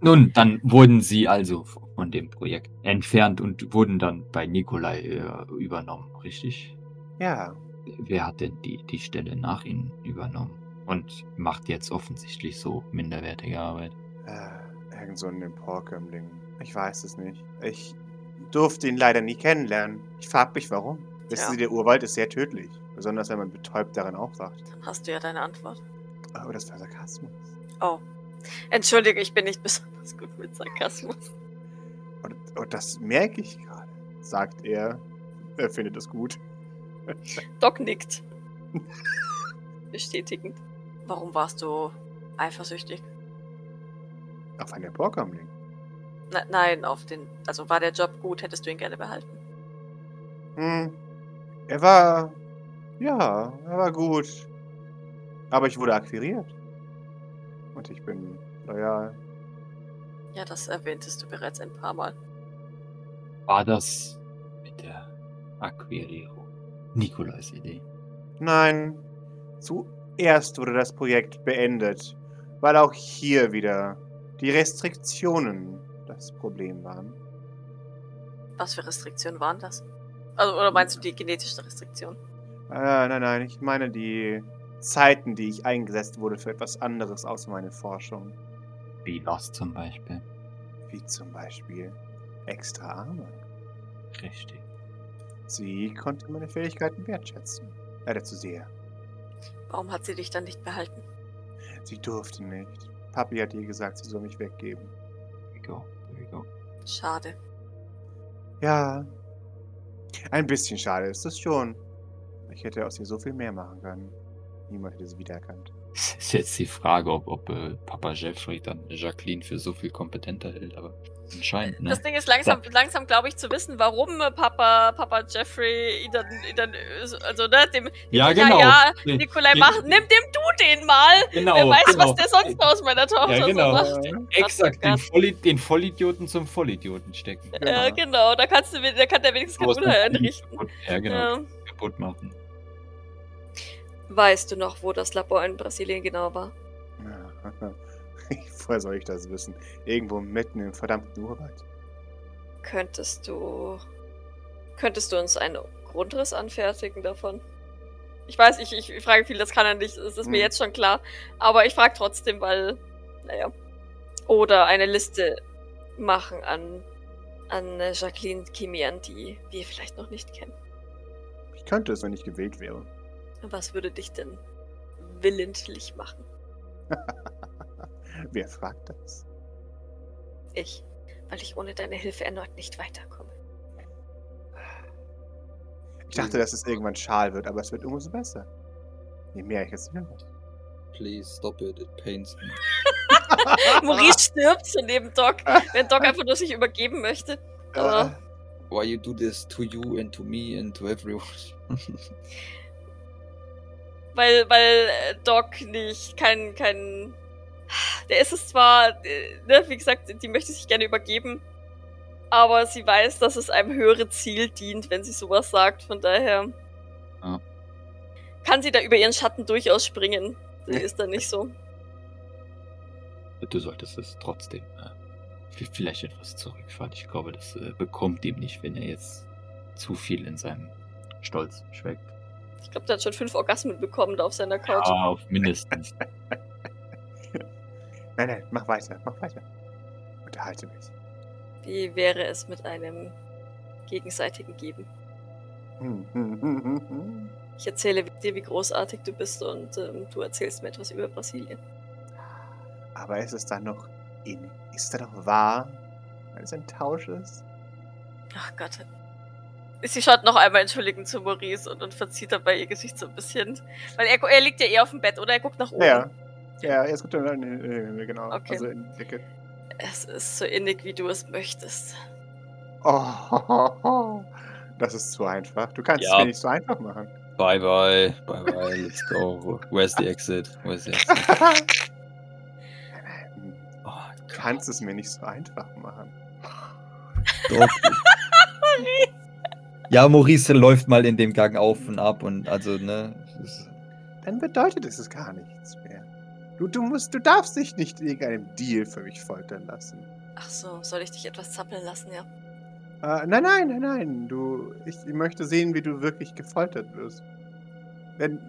Nun, dann wurden sie also von dem Projekt entfernt und wurden dann bei Nikolai äh, übernommen, richtig? Ja, Wer hat denn die, die Stelle nach ihnen übernommen? Und macht jetzt offensichtlich so minderwertige Arbeit. Äh, irgend so ein Emporkömmling. Ich weiß es nicht. Ich durfte ihn leider nie kennenlernen. Ich frag mich warum. Wissen Ja. Sie, der Urwald ist sehr tödlich. Besonders wenn man betäubt darin aufwacht. Dann hast du ja deine Antwort. Aber das war Sarkasmus. Oh. Entschuldige, ich bin nicht besonders gut mit Sarkasmus. Und, und das merke ich gerade, sagt er. Er findet das gut. Doc nickt. Bestätigend. Warum warst du eifersüchtig? Auf einen Emporkömmling. Na, Ne, nein, auf den. Also war der Job gut, hättest du ihn gerne behalten. Hm. Er war. Ja, er war gut. Aber ich wurde akquiriert. Und ich bin loyal. Ja, das erwähntest du bereits ein paar Mal. War das mit der Aquarierung Nikolas Idee? Nein, zuerst wurde das Projekt beendet, weil auch hier wieder die Restriktionen das Problem waren. Was für Restriktionen waren das? Also, oder meinst du die genetischen Restriktionen? Äh, nein, nein, ich meine die Zeiten, die ich eingesetzt wurde für etwas anderes außer meine Forschung. Wie Lost zum Beispiel. Wie zum Beispiel extra Arme. Richtig. Sie konnte meine Fähigkeiten wertschätzen. Leider zu sehr. Warum hat sie dich dann nicht behalten? Sie durfte nicht. Papi hat ihr gesagt, sie soll mich weggeben. There we go. There we go. Schade. Ja. Ein bisschen schade ist es schon. Ich hätte aus ihr so viel mehr machen können. Niemand hätte sie wiedererkannt. Es ist jetzt die Frage, ob, ob äh, Papa Jeffrey dann Jacqueline für so viel kompetenter hält, aber anscheinend, ne? Das Ding ist langsam, langsam glaube ich, zu wissen, warum äh, Papa, Papa Jeffrey ihn dann, ihn dann äh, also ne, dem ja, ja, genau. ja, Nee, Nikolai Den- macht, nimm dem du den mal. genau Wer weiß, genau. was der sonst noch aus meiner Tochter Ja, genau. so macht. Exakt, den, Volli den Vollidioten zum Vollidioten stecken. Äh, genau, da kannst du, da kann der wenigstens kein Sowas Unheil muss ich anrichten. kaputt- Ja, genau. Ja. Kaputt machen. Weißt du noch, wo das Labor in Brasilien genau war? Woher soll ich das wissen? Irgendwo mitten im verdammten Urwald. Könntest du. Könntest du uns einen Grundriss anfertigen davon? Ich weiß, ich, ich frage viel, das kann er nicht, das ist mir Hm. jetzt schon klar. Aber ich frage trotzdem, weil. Naja. Oder eine Liste machen an, an äh, Jacqueline Kimian, die wir vielleicht noch nicht kennen. Ich könnte es, wenn ich gewählt wäre. Was würde dich denn willentlich machen? Wer fragt das? Ich. Weil ich ohne deine Hilfe erneut nicht weiterkomme. Ich dachte, dass es irgendwann schal wird, aber es wird umso besser. Je mehr ich es höre. Please stop it, it pains me. Maurice stirbt so neben Doc, wenn Doc einfach nur sich übergeben möchte. Äh, Aber Why you do this to you and to me and to everyone? weil, weil äh, Doc nicht kein, kein. Der ist es zwar, äh, ne, wie gesagt, die möchte sich gerne übergeben, aber sie weiß, dass es einem höhere Ziel dient, wenn sie sowas sagt. Von daher Ja. kann sie da über ihren Schatten durchaus springen. Sie ist da nicht so. Du solltest es trotzdem äh, v- vielleicht etwas zurückfahren. Ich glaube, das äh, bekommt ihm nicht, wenn er jetzt zu viel in seinem Stolz schweckt. Ich glaube, der hat schon fünf Orgasmen bekommen da auf seiner Couch. Ja, Ah, auf mindestens. Nein, nein, mach weiter, mach weiter. Unterhalte mich. Wie wäre es mit einem gegenseitigen Geben? Hm, hm, hm, hm, hm. Ich erzähle dir, wie großartig du bist und ähm, du erzählst mir etwas über Brasilien. Aber ist es dann noch in, ist es dann noch wahr, weil es ein Tausch ist? Ach Gott. Sie schaut noch einmal entschuldigend zu Maurice und, und verzieht dabei ihr Gesicht so ein bisschen. Weil er, gu- er liegt ja eh auf dem Bett, oder? Er guckt nach oben. Ja. Ja, jetzt gut, dann, äh, genau. Okay. Also in die Decke. Es ist so innig, wie du es möchtest. Oh, ho, ho, ho. Oh, das ist zu einfach. Du kannst es Ja. mir nicht so einfach machen. Bye bye, bye bye, let's go. Where's the exit? Where's the exit? Du Oh, kannst es mir nicht so einfach machen. Doch. ja, Maurice läuft mal in dem Gang auf und ab und also, ne? es ist- Dann bedeutet es es gar nichts mehr. Du, du musst, du darfst dich nicht irgendeinem Deal für mich foltern lassen. Ach so, soll ich dich etwas zappeln lassen, ja? Äh, nein, nein, nein, nein. Du, ich möchte sehen, wie du wirklich gefoltert wirst. Wenn,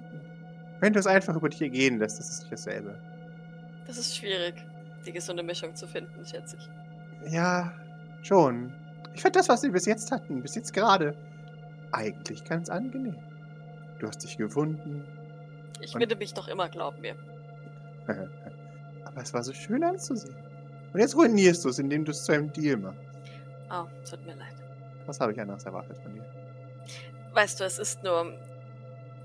wenn du es einfach über dich ergehen lässt, das ist nicht dasselbe. Das ist schwierig, die gesunde Mischung zu finden, schätze ich. Ja, schon. Ich fand das, was wir bis jetzt hatten, bis jetzt gerade, eigentlich ganz angenehm. Du hast dich gefunden. Ich Und- würde mich doch immer, glaub mir. Aber es war so schön anzusehen. Und jetzt ruinierst du es, indem du es zu einem Deal machst. Ah, tut mir leid. Was habe ich anders erwartet von dir? Weißt du, es ist nur.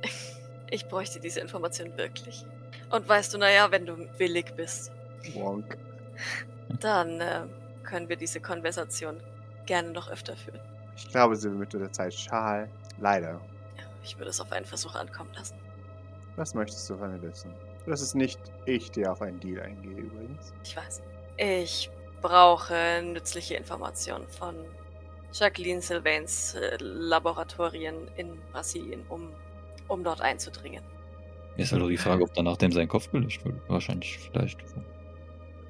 Ich bräuchte diese Information wirklich. Und weißt du, naja, wenn du willig bist, Wonk. dann äh, können wir diese Konversation gerne noch öfter führen. Ich glaube, sie wird mit der Zeit schal. Leider. Ich würde es auf einen Versuch ankommen lassen. Was möchtest du von mir wissen? Das ist nicht ich, der auf einen Deal eingehe, übrigens. Ich weiß. Ich brauche nützliche Informationen von Jacqueline Sylvains äh, Laboratorien in Brasilien, um, um dort einzudringen. Jetzt war doch die Frage, ob dann nachdem sein Kopf gelöscht wird. Wahrscheinlich vielleicht.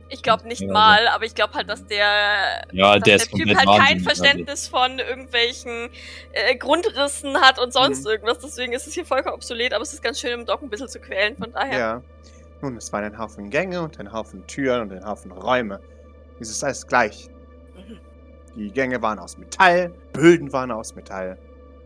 Ich glaube nicht Ja, also- mal, aber ich glaube halt, dass der Ja, dass der Typ halt kein also. Verständnis von irgendwelchen äh, Grundrissen hat und sonst Mhm. irgendwas. Deswegen ist es hier vollkommen obsolet, aber es ist ganz schön, im Doc ein bisschen zu quälen. Von daher, Ja. Nun, es waren ein Haufen Gänge und ein Haufen Türen und ein Haufen Räume. Es ist alles gleich. Mhm. Die Gänge waren aus Metall, Böden waren aus Metall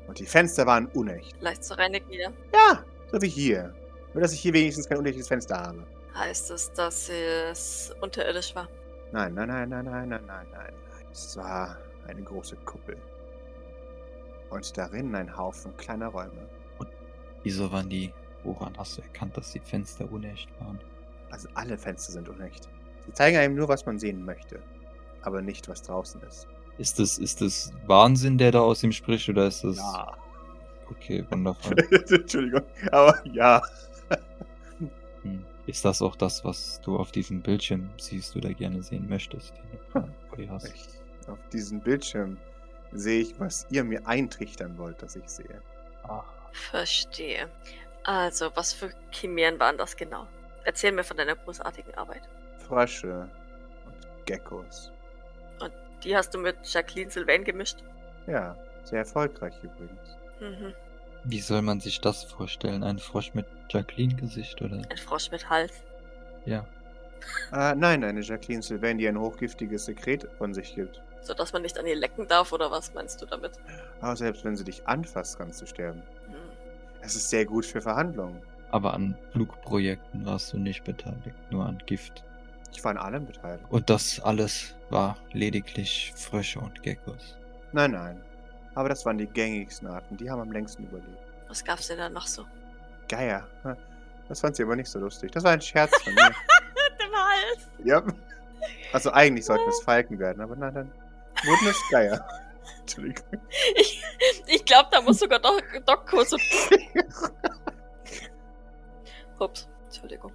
und die Fenster waren unecht. leicht zu reinigen hier. Ja, so wie hier. Nur, dass ich hier wenigstens kein unechtes Fenster habe. Heißt es, dass es unterirdisch war? Nein, nein, nein, nein, nein, nein, nein, nein. nein. Es war eine große Kuppel. Und darin ein Haufen kleiner Räume. Wieso waren die. Woran hast du erkannt, dass die Fenster unecht waren? Also alle Fenster sind unecht. Sie zeigen einem nur, was man sehen möchte, aber nicht, was draußen ist. Ist das, ist das Wahnsinn, der da aus ihm spricht, oder ist das. Okay, wundervoll. Entschuldigung, aber ja. Hm. Ist das auch das, was du auf diesem Bildschirm siehst oder gerne sehen möchtest? den du Hm. vor dir hast? Ich, auf diesem Bildschirm sehe ich, was ihr mir eintrichtern wollt, dass ich sehe. Verstehe. Also, was für Chimären waren das genau? Erzähl mir von deiner großartigen Arbeit. Frösche und Geckos. Die hast du mit Jacqueline Sylvain gemischt. Ja, sehr erfolgreich übrigens. Mhm. Wie soll man sich das vorstellen? Ein Frosch mit Jacqueline-Gesicht oder? Ein Frosch mit Hals. Ja. Äh, nein, eine Jacqueline Sylvain, die ein hochgiftiges Sekret von sich gibt. Sodass man nicht an ihr lecken darf, oder was meinst du damit? Aber selbst wenn sie dich anfasst, kannst du sterben. Hm. Es ist sehr gut für Verhandlungen. Aber an Flugprojekten warst du nicht beteiligt, nur an Gift. Ich war an allem beteiligt. Und das alles war lediglich Frösche und Geckos. Nein, nein. Aber das waren die gängigsten Arten. Die haben am längsten überlebt. Was gab's denn da noch so? Geier. Hm. Das fand sie aber nicht so lustig. Das war ein Scherz von mir. Mit dem Hals! ja. Also eigentlich sollten es Falken werden, aber nein, dann wurden es Geier. Entschuldigung. Ich, ich glaube, da muss sogar Doc, Doc kurz. Ups, Entschuldigung.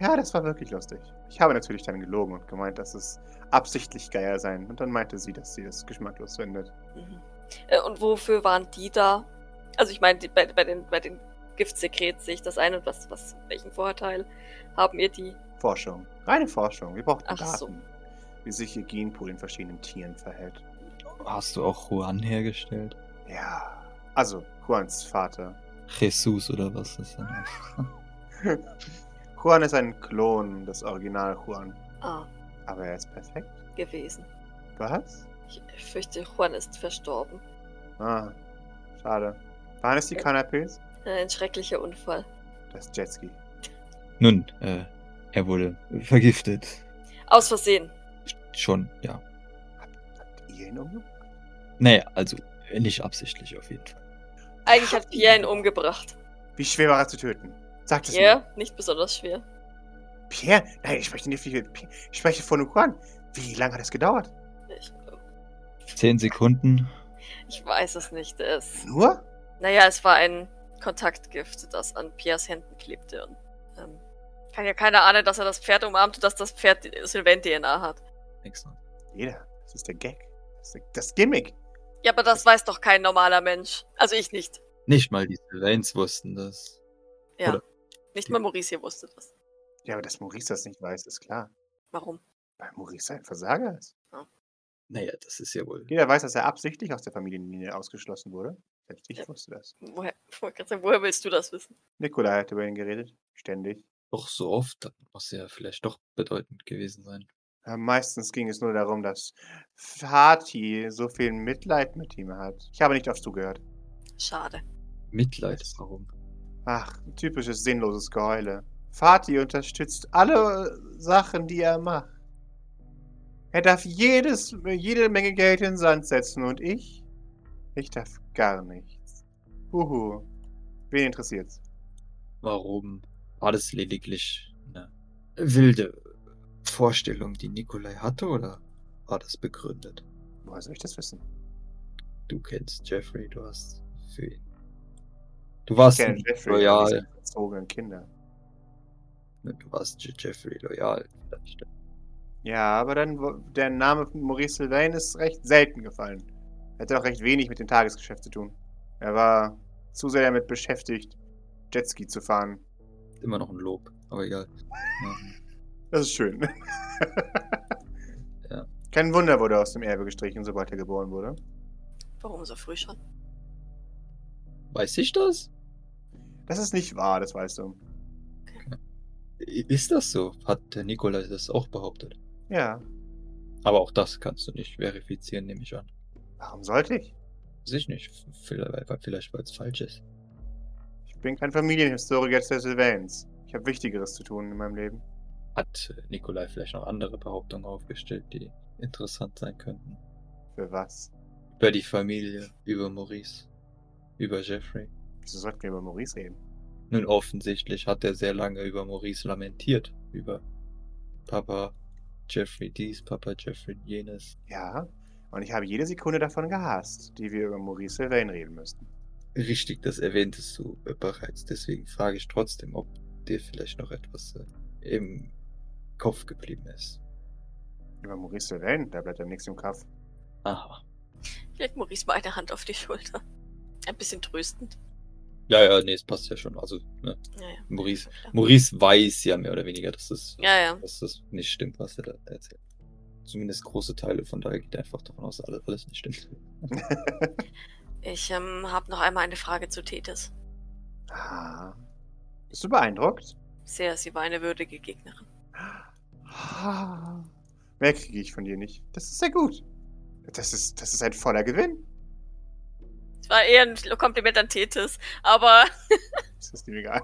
Ja, das war wirklich lustig. Ich habe natürlich dann gelogen und gemeint, dass es absichtlich Geier seien. Und dann meinte sie, dass sie das geschmacklos findet. Mhm. Äh, Und wofür waren die da? Also ich meine, die- bei, bei den, bei den Giftsekret sehe ich das ein und was, was, welchen Vorteil haben ihr die? Forschung. Reine Forschung. Wir brauchen Ach Daten, so. wie sich ihr Genpool in verschiedenen Tieren verhält. Hast du auch Juan hergestellt? Ja. Also, Juans Vater. Jesus oder was das denn heißt? Juan ist ein Klon des Original Juan. Ah, Aber er ist perfekt. gewesen. Was? Ich fürchte, Juan ist verstorben. Ah, schade. Waren es die Canapés? Ein schrecklicher Unfall. Das Jetski. Nun, äh, er wurde vergiftet. Aus Versehen. Schon, ja. Habt ihr ihn umgebracht? Naja, also äh, nicht absichtlich auf jeden Fall. Eigentlich hat Pierre ihn umgebracht. Wie schwer war er zu töten? Sagt es Pierre? Nicht besonders schwer. mir. Pierre? Nein, ich spreche nicht viel. Pierre. Ich spreche von Juan. Wie lange hat es gedauert? Ich, Zehn Sekunden. ich weiß es nicht. Es, Nur? naja, es war ein Kontaktgift, das an Piers Händen klebte. Und, ähm, kann ja keiner ahnen, dass er das Pferd umarmt und dass das Pferd Sylvain-DNA hat. Exakt. Jeder. Das ist der Gag. Das, ist der, das Gimmick. Ja, aber das weiß doch kein normaler Mensch. Also ich nicht. Nicht mal die Sylvains wussten das. Ja. Oder- Nicht mal Maurice hier wusste das. Ja, aber dass Maurice das nicht weiß, ist klar. Warum? Weil Maurice ein Versager ist. Naja, das ist ja wohl. Jeder weiß, dass er absichtlich aus der Familienlinie ausgeschlossen wurde. Selbst ich wusste das. Woher, ich wollte gerade sagen, woher willst du das wissen? Nikolai hat über ihn geredet. Ständig. Doch so oft, dann muss ja vielleicht doch bedeutend gewesen sein. Ja, meistens ging es nur darum, dass Fati so viel Mitleid mit ihm hat. Ich habe nicht auf du gehört. Schade. Mitleid, warum? Ach, typisches sinnloses Geheule. Fatih unterstützt alle äh, Sachen, die er macht. Er darf jedes, jede Menge Geld in den Sand setzen und ich? Ich darf gar nichts. Huhu. Wen interessiert's? Warum war das lediglich eine wilde Vorstellung, die Nikolai hatte, oder war das begründet? Woher soll ich das wissen? Du kennst Jeffrey, du hast für ihn. Du warst Ich kenne ihm Jeffrey, aber loyal. ne, diese verzogenen Kinder. Du warst Je- Jeffrey loyal. Vielleicht. Ja, aber dann, wo- der Name von Maurice Sylvain ist recht selten gefallen. Er hatte auch recht wenig mit dem Tagesgeschäft zu tun. Er war zu sehr damit beschäftigt, Jetski zu fahren. Immer noch ein Lob, aber egal. Ähm, Das ist schön. Ja. Kein Wunder wurde er aus dem Erbe gestrichen, sobald er geboren wurde. Warum so früh schon? Weiß ich das? Das ist nicht wahr, das weißt du. I- Ist das so? Hat der Nikolai das auch behauptet? Ja, Aber auch das kannst du nicht verifizieren, nehme ich an. warum sollte ich? Weiß ich nicht. F- Vielleicht, weil- vielleicht weil es falsch ist. Ich bin kein Familienhistoriker der Sylvains. Ich habe Wichtigeres zu tun in meinem Leben. Hat äh, Nikolai vielleicht noch andere Behauptungen aufgestellt, die interessant sein könnten? Für was? Über die Familie, über Maurice, über Jeffrey. Wieso sollten wir über Maurice reden? Nun offensichtlich hat er sehr lange über Maurice lamentiert. Über Papa Jeffrey dies, Papa Jeffrey jenes. Ja, und ich habe jede Sekunde davon gehasst, die wir über Maurice Sylvain reden müssten. Richtig, das erwähntest du äh, bereits. Deswegen frage ich trotzdem, ob dir vielleicht noch etwas äh, im Kopf geblieben ist. Über Maurice Sylvain, da bleibt einem nichts im Kopf. Aha. Ich leg Maurice mal eine Hand auf die Schulter. Ein bisschen tröstend. Ja, ja, nee, es passt ja schon. Also, ne, Ja, ja. Maurice, Maurice weiß ja mehr oder weniger, dass das, Ja, ja. dass das nicht stimmt, was er da erzählt. Zumindest große Teile, von daher geht er einfach davon aus, dass alles, alles nicht stimmt. Ich ähm, habe noch einmal eine Frage zu Tethys. Ah. Bist du beeindruckt? Sehr, sie war eine würdige Gegnerin. Ah. Mehr kriege ich von dir nicht. Das ist sehr gut. Das ist, das ist ein voller Gewinn. Es war eher ein Kompliment an Tethys, aber Das ist ihm egal.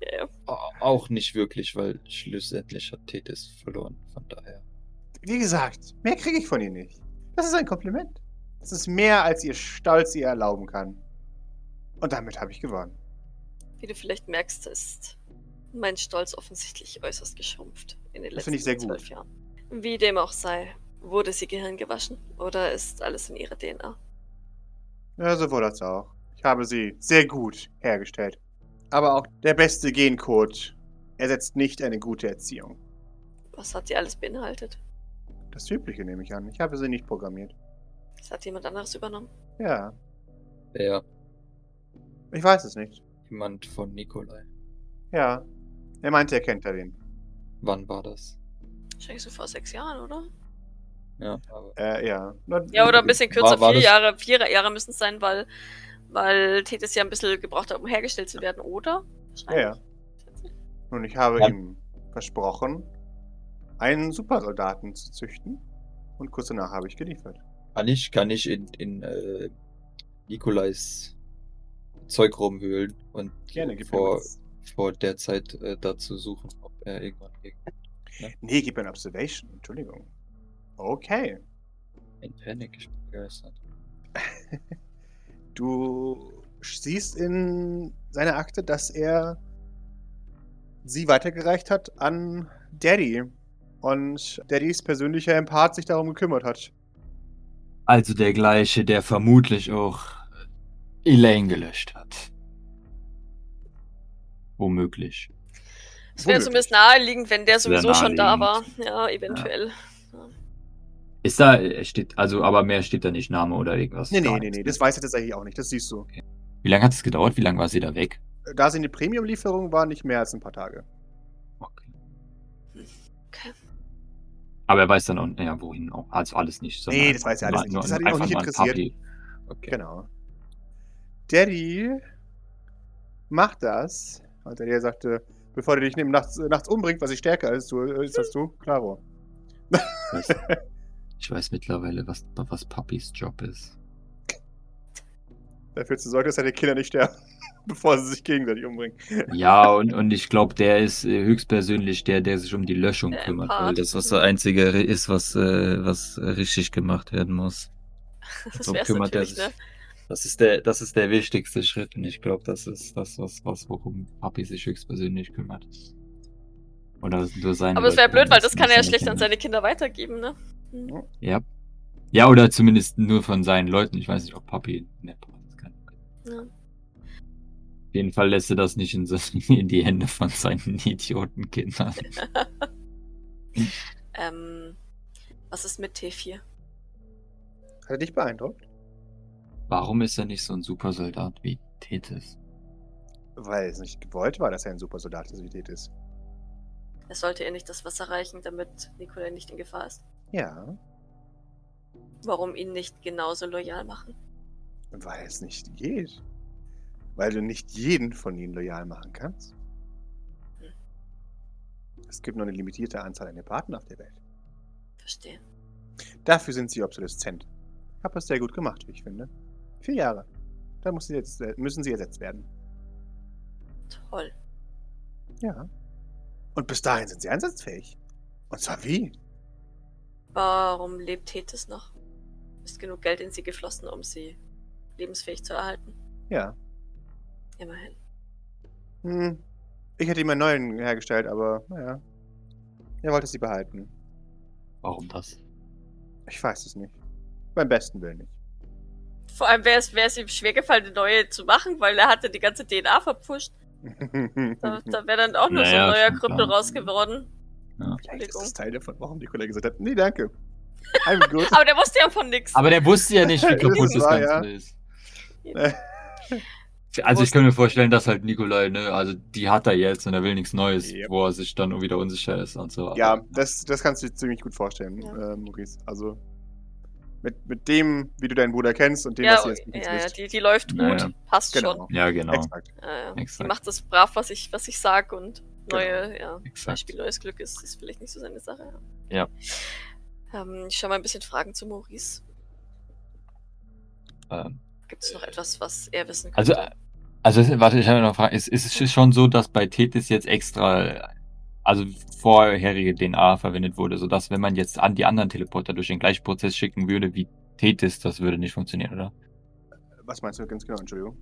ja, Au- Auch nicht wirklich, weil schlussendlich hat Tethys verloren. Von daher. Wie gesagt, mehr kriege ich von ihr nicht. Das ist ein Kompliment. Das ist mehr, als ihr Stolz ihr erlauben kann. Und damit habe ich gewonnen. wie du vielleicht merkst, ist mein Stolz offensichtlich äußerst geschrumpft in den Das letzten finde ich sehr gut. zwölf Jahren. Wie dem auch sei, wurde sie Gehirn gewaschen oder ist alles in ihrer DNA? Ja, sowohl als auch. Ich habe sie sehr gut hergestellt. Aber auch der beste Gencode ersetzt nicht eine gute Erziehung. Was hat sie alles beinhaltet? Das Übliche nehme ich an. Ich habe sie nicht programmiert. Das hat jemand anderes übernommen? Ja, Ja, ich weiß es nicht. jemand von Nikolai. Ja. Er meinte, er kennt da den. Wann war das? Wahrscheinlich so vor sechs Jahren, oder? Ja, aber Äh, ja. Na, Ja, oder ein bisschen kürzer. war vier das- Jahre, vier Jahre müssen es sein, weil, weil Tethys ja ein bisschen gebraucht hat, um hergestellt zu werden, oder? Ja, ja. Nun, ich habe Ja. ihm versprochen, einen Supersoldaten zu züchten. Und kurz danach habe ich geliefert. kann ich, kann ich in, in äh, Nikolais Zeug rumwühlen und Gerne, gib mir vor, was. vor der Zeit äh, dazu suchen, ob er irgendwann irgend- Nee, gib mir eine Observation. Entschuldigung. Okay. in Panik ist. Begeistert. Du siehst in seiner Akte, dass er sie weitergereicht hat an Daddy. Und Daddys persönlicher Empath sich darum gekümmert hat. Also der gleiche, der vermutlich auch Elaine gelöscht hat. Womöglich. Es wäre Womöglich. zumindest naheliegend, wenn der Das wär sowieso schon da war. naheliegend. Ja, eventuell. Ist da, äh, steht, also, aber mehr steht da nicht, Name oder irgendwas. Nee, Gar nee, nee, nichts. ne? nee, das weiß er tatsächlich auch nicht, das siehst du. Wie lange hat es gedauert? Wie lange war sie da weg? Da sie eine Premium-Lieferung war, nicht mehr als ein paar Tage. Okay. Okay. Aber er weiß dann auch, naja, wohin auch. Also alles nicht. sondern Nee, das weiß er alles nur- nicht. Das nur hat ihn auch einfach nicht nur ein interessiert. Papi. Okay. Genau. Daddy, mach das. Und der Lehrer sagte, bevor du dich neben nachts, äh, nachts umbringst, was ich stärker als du, äh, ist als du, klaro. Ich weiß, ich weiß mittlerweile, was, was Papis Job ist. Dafür zu sorgen, dass deine Kinder nicht sterben, bevor sie sich gegenseitig umbringen. Ja, und, und ich glaube, der ist äh, höchstpersönlich der, der sich um die Löschung Der kümmert. Empath. Weil Weil das was das Einzige ist, was, äh, was richtig gemacht werden muss. Das So wär's kümmert er natürlich, sich. ne? Das ist der, das ist der wichtigste Schritt. Und ich glaube, das ist das, was, was worum Papi sich höchstpersönlich kümmert. Oder nur seine Aber es wäre Leute, blöd, weil das nicht kann er ja seine schlecht an Kinder. seine Kinder weitergeben, ne? Hm. Ja. ja, oder zumindest nur von seinen Leuten. Ich weiß nicht, ob Papi mehr braucht. Kann. Ja. Auf jeden Fall lässt er das nicht in, se- in die Hände von seinen Idiotenkindern. Ähm, was ist mit T4? Hat er dich beeindruckt? Warum ist er nicht so ein Supersoldat wie Tethys? Weil es nicht gewollt war, dass er ein Supersoldat in Solidität ist. Er sollte ihr nicht das Wasser reichen, damit Nikolai nicht in Gefahr ist. Ja, Warum ihn nicht genauso loyal machen? weil es nicht geht. Weil du nicht jeden von ihnen loyal machen kannst. Es gibt nur eine limitierte Anzahl an Partner auf der Welt. Verstehe. Dafür sind sie obsoleszent. Hab es sehr gut gemacht, wie ich finde. Vier Jahre. Da muss sie jetzt, äh, müssen sie ersetzt werden. Toll. Ja. Und bis dahin sind sie einsatzfähig. Und zwar wie? Warum lebt Tethys noch? Ist genug Geld in sie geflossen, um sie lebensfähig zu erhalten? Ja. Immerhin. Hm. Ich hätte ihm einen neuen hergestellt, aber naja. Er wollte sie behalten. Warum das? Ich weiß es nicht. Beim besten Willen nicht. Vor allem wäre es, wäre es ihm schwergefallen, eine neue zu machen, weil er hatte die ganze DNA verpfuscht. Da, da wäre dann auch nur so Mhm. Naja, ein neuer stimmt, Krüppel klar. raus geworden. Vielleicht ist das Teil davon, warum die Kollegin gesagt hat, nee, danke. I'm good. Aber der wusste ja von nix. Aber der wusste ja nicht, wie kaputt Das das war, Ganze ja. ist. Eben. Also ich kann mir vorstellen, dass halt Nikolai, ne, also die hat er jetzt und er will nichts Neues, Yep. wo er sich dann auch wieder unsicher ist und so. Ja, Aber- das, das kannst du dir ziemlich gut vorstellen, Ja. äh, Maurice. Also mit, mit dem, wie du deinen Bruder kennst und dem, ja, oh, was ihr jetzt mit uns ja, ja wisst. die, die läuft gut. Naja. Passt schon. Genau. Ja, genau. Exakt. Äh, die Exakt. macht das brav, was ich, was ich sag und Genau. neue, ja, Exakt. Beispiel neues Glück ist, ist vielleicht nicht so seine Sache. Ja. Ähm, ich schau mal ein bisschen Fragen zu Maurice. Ähm, Gibt es noch etwas, was er wissen Also, könnte? äh, also es- warte, ich habe noch eine Frage. Ist, ist es schon so, dass bei Tethys jetzt extra, also vorherige DNA verwendet wurde, sodass wenn man jetzt an die anderen Teleporter durch den gleichen Prozess schicken würde wie Tethys, das würde nicht funktionieren, oder? Was meinst du ganz genau? Entschuldigung.